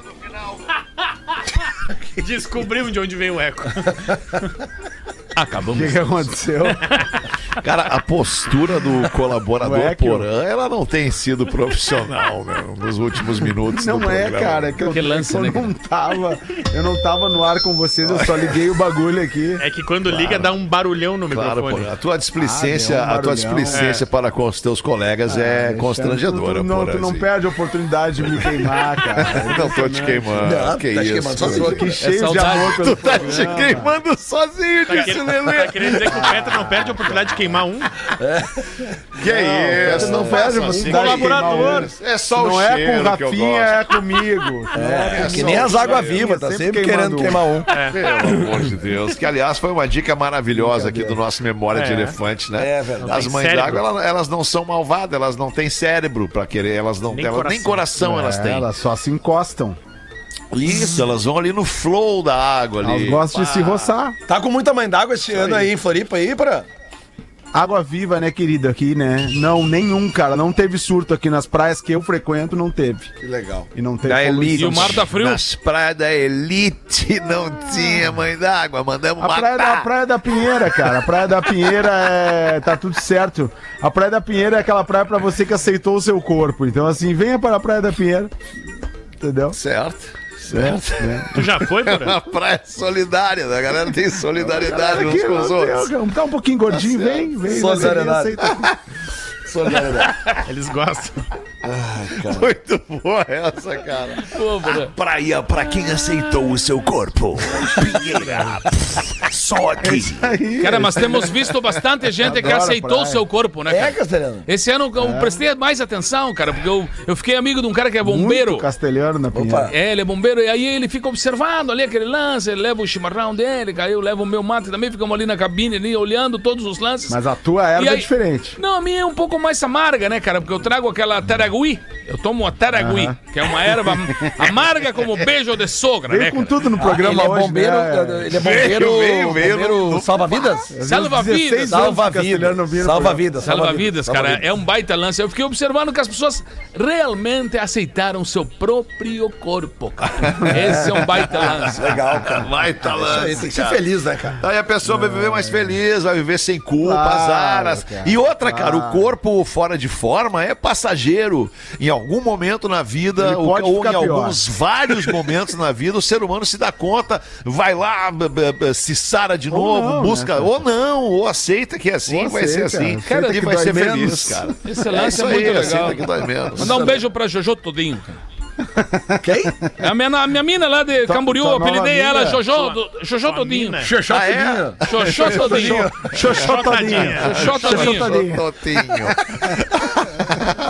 F: Descobrimos de onde veio o eco.
D: O que, que aconteceu?
C: Cara, a postura
D: <laughs>
C: do colaborador
D: Não é que eu-
C: Porã, ela não tem sido
D: <laughs>
C: profissional meu, nos últimos minutos.
D: Não
C: do
D: é,
C: programa.
D: cara. é Que eu,
E: Que lance,
D: eu
E: né,
D: não tava. Eu não tava no ar com vocês, eu só liguei o bagulho aqui.
F: É que quando liga dá um barulhão no
C: Claro,
F: microfone.
C: Porã. A tua displicência,
D: Ah, meu, um
C: a
D: barulhão.
C: tua displicência para com os teus colegas é
D: Alexandre,
C: constrangedora, assim.
D: tu, tu, não, tu não
C: Porãzinho.
D: perde né? a oportunidade de me queimar, cara.
C: <laughs> Não tô te queimando.
B: Não,
C: que
B: tá te
C: isso.
B: queimando só se
D: Tô <laughs> aqui cheio de
E: saudade.
D: amor pelo
C: É Tu tá te queimando sozinho,
F: Tá
C: disse
F: querendo,
C: Lelê.
F: tá querendo dizer que o Petra não perde a oportunidade de queimar um?
C: Que
D: Não,
C: isso,
D: não
C: não
D: perde
C: faz
D: a
C: assim.
D: oportunidade de queimar
C: Colaborador.
D: eles.
C: É só o
D: Não é
C: cheiro
D: com o
C: que eu
D: Rafinha,
C: gosto.
D: é comigo.
C: <laughs>
D: É,
B: Que nem as águas vivas, tá
D: sempre
B: sempre querendo
D: queimando um.
B: queimar um.
C: Pelo amor de Deus. Que, aliás, foi uma dica maravilhosa aqui do nosso Memória de
F: É.
C: Elefante, né?
B: É verdade.
C: As
F: tem
C: mães
F: cérebro.
C: d'água, elas, elas não são malvadas, elas não têm cérebro pra querer, elas não
F: Nem
C: elas- nem coração elas
D: É,
C: têm.
D: elas só se encostam.
C: Isso, elas vão ali no flow da água ali.
D: Elas gostam de se roçar.
B: Tá com muita mãe d'água esse ano aí em Floripa aí, Porã?
D: Água viva, né, querido, aqui, né? Não, nenhum, cara. Não teve surto aqui nas praias que eu frequento, não teve.
B: Que legal.
D: E não teve
C: Da
D: poluição.
C: elite.
E: E o mar tá frio?
C: Nas praias da elite não tinha mãe d'água. Mandamos
D: A praia, da, a
C: matar.
D: praia da Pinheira, cara. A Praia da Pinheira é. tá tudo certo. A Praia da Pinheira é aquela praia pra você que aceitou o seu corpo. Então, assim, venha para a Praia da Pinheira. Entendeu?
C: Certo. Certo.
F: Tu já foi, Porã?
C: A praia é solidária, né? a galera tem solidariedade uns
D: Aqui,
C: com os
D: meu
C: outros.
D: Deus, tá um pouquinho gordinho, vem, vem.
B: Solidariedade.
D: você aceita.
B: Solidariedade.
F: Eles gostam.
C: Muito boa essa, cara.
E: Pô, porra.
A: Praia pra quem aceitou o seu corpo. <laughs> Pinheira. Pff, Só aqui.
D: Aí,
E: Cara, mas temos visto bastante gente que
D: Ah, Adoro
E: aceitou o
D: praia. É.
E: seu corpo, né,
B: É,
E: cara?
B: Castelhano?
E: Esse ano eu prestei mais atenção, cara, porque eu, eu fiquei amigo de um cara que é bombeiro.
D: Muito castelhano na Pinheira.
B: Opa.
E: É, ele é bombeiro, e aí ele fica observando ali aquele lance, ele leva o chimarrão dele, cara, eu levo o meu mate também, ficamos ali na cabine, ali, olhando todos os lances.
D: Mas a tua erva
E: E aí-
D: é diferente.
E: Não, a minha é um pouco mais amarga, né, cara? Porque eu trago aquela taragui. Eu tomo uma taragui, que é uma
D: <laughs>
E: erva amarga como beijo de sogra, né,
D: Veio com
E: cara?
D: tudo no Ah, programa
B: ele é
D: hoje,
B: bombeiro,
D: né?
B: ele é bombeiro,
C: Veio, veio, veio
B: bombeiro
C: no-
D: Ah,
B: salva-vidas?
E: Salva-vidas.
B: Salva-vidas, salva-vidas.
E: Salva-vidas, cara. É um baita lance. Eu fiquei observando que as pessoas realmente aceitaram seu próprio corpo,
C: <laughs>
E: cara. Esse é um baita lance.
B: Legal, cara.
C: Vai, tá
B: Isso aí,
C: lance,
B: Tem que ser
C: cara.
B: feliz, né, cara?
C: Aí a pessoa vai viver mais feliz, vai viver sem culpa, aras. E outra, cara, o corpo fora de forma é passageiro. Em algum momento na vida,
D: Ele
C: ou,
D: pode
C: ou em
D: ficar pior.
C: alguns vários momentos na vida, o ser humano se dá conta, vai lá, b- b- b- se sara de novo,
D: não, né,
C: busca,
D: cara?
C: ou não, ou aceita que é assim,
D: Ou
C: vai ser
D: aceita,
C: assim.
D: aceita
C: e
D: que
C: vai
D: dói
C: ser
D: menos.
C: feliz, cara.
E: Esse lance é, muito legal.
C: aceita que dói menos.
E: Mandar um beijo pra Jojo Todinho, cara.
B: Quem?
E: A minha, a minha mina lá de Camboriú,
D: tua
E: eu apelidei
D: nova
E: ela
D: mina?
E: Jojo, do- Jojo
F: Tua
E: Todinho.
F: mina? Tá
B: Xoxó
C: Ah, é?
B: Tudinho.
E: Jojo Todinho.
F: Chotadinha.
E: Jojo Todinho.
C: Totinho. <laughs>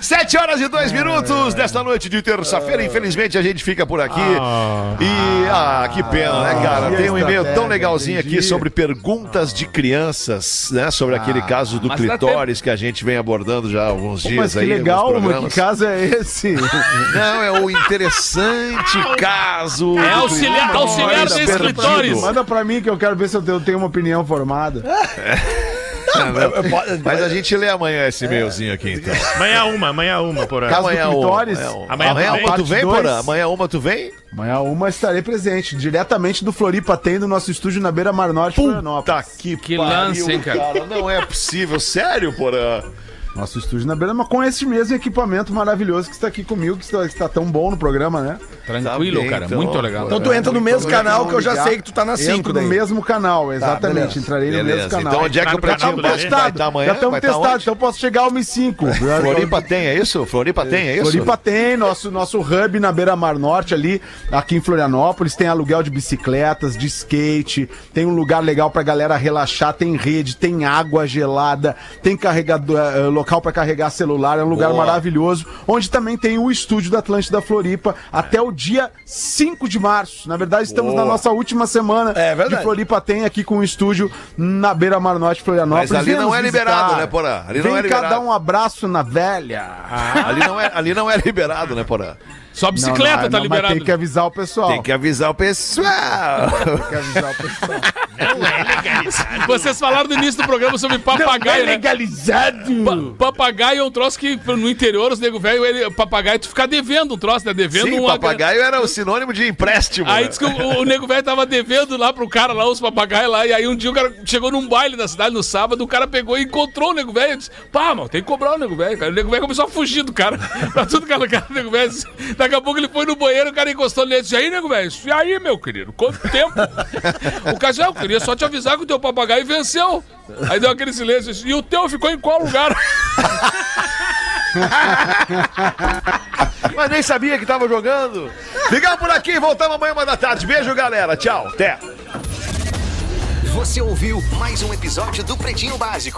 C: Sete horas e dois minutos desta noite de terça-feira. Infelizmente a gente fica por aqui. E ah, que pena, né, cara? Tem um e-mail tão legalzinho aqui sobre perguntas de crianças, né?
D: Ah,
C: Sobre aquele caso do
E: mas dá tempo.
C: clitóris que a gente vem abordando já há alguns dias
D: Mas que
C: aí. em alguns
D: legal, mano.
C: programas.
D: Que caso é
C: <laughs>
D: esse?
C: Não, é o interessante
D: <laughs>
C: caso.
E: É
C: do
E: auxiliar,
C: clitóris
E: auxiliar de
C: perdido.
E: escritores.
D: Manda pra mim que eu quero ver se eu tenho- tenho uma opinião formada.
C: Mas é, a gente lê amanhã esse e-mailzinho aqui, então.
F: Amanhã é uma, amanhã uma, por aí.
D: Caso
E: é
C: amanhã
D: do
C: uma.
D: clitóris.
C: Amanhã uma,
F: É. Amanhã
C: Amanhã
F: também.
C: uma tu
D: Parte
C: vem,
D: dois.
C: Porã? Amanhã é uma tu vem?
D: Amanhã uma estarei presente, diretamente do Floripa Tem, do nosso estúdio na Beira Mar Norte, Florianópolis.
C: que,
E: Que lance, hein, cara?
C: Não é possível, sério, Porã.
D: Nosso estúdio na Beira Mar, com esse mesmo equipamento maravilhoso que está aqui comigo, que está, que está tão bom no programa, né?
E: Tranquilo,
C: Tá bem,
E: cara.
C: então.
E: Muito legal.
B: Então tu entra no mesmo canal que eu já sei que tu tá na
D: Entro
B: 5
D: no
B: daí.
D: mesmo canal, exatamente.
B: beleza.
D: Entrarei no mesmo
C: Tá, Beleza,
D: canal.
C: então onde é que
F: Tá
C: o
F: no
C: Pretinho
F: canal do Lelê.
C: Básico vai estar amanhã?
D: já estamos
C: Vai tá
D: testados,
C: onde?
D: então posso chegar ao Mi
C: <laughs>
D: 5.
C: Floripa tem, é isso? Floripa tem, é isso?
D: Floripa tem, nosso, nosso hub na beira-mar norte ali, aqui em Florianópolis, tem aluguel de bicicletas, de skate, tem um lugar legal pra galera relaxar, tem rede, tem água gelada, tem carregador, eh, local pra carregar celular, é um lugar
C: Boa.
D: maravilhoso, onde também tem o estúdio da Atlântida Floripa até o dia 5 de março. Na verdade, estamos
C: Boa.
D: na nossa última semana
B: É verdade.
D: de Floripa tem aqui com o estúdio na beira-mar norte Florianópolis.
C: Mas ali
D: Vem
C: não
D: nos
C: é liberado, né, Porã? Ali não
D: Vem
C: é
D: cá
C: liberado.
D: dar um abraço na velha.
C: Ali não, é, ali não é liberado, né, Porã?
E: Só a bicicleta tá
D: ah, mas
E: liberada.
D: Tem que avisar o pessoal.
C: Tem que avisar o pessoal.
D: avisar <laughs> o pessoal.
E: Vocês falaram no início do programa sobre papagaio, né?
D: legalizado.
E: Pa- Papagaio é um troço que no interior, os nego velho, ele- papagaio tu fica devendo um troço, né? Devendo
C: Sim,
E: um
C: papagaio era o sinônimo de empréstimo.
E: Aí
C: né?
E: diz que o, o nego velho tava devendo lá pro cara lá, os papagaios lá, e aí um dia o cara chegou num baile da cidade no sábado, o cara pegou e encontrou o nego velho e disse, pá, mano, tem que cobrar o nego velho, cara. O nego velho começou a fugir do cara, <laughs> pra tudo que era cara, o nego velho. disse- Daqui a pouco ele foi no banheiro, o cara encostou nele e disse, e aí, nego velho, e aí, meu querido, quanto tempo? <laughs> o cara disse, "Ah, eu queria só te avisar que o teu papagaio venceu. Aí deu aquele silêncio, disse, e o teu ficou em qual lugar? <laughs>
C: Mas nem sabia que tava jogando. Ficamos por aqui, voltamos amanhã, uma da tarde. Beijo, galera. Tchau, até.
A: Você ouviu mais um episódio do Pretinho Básico.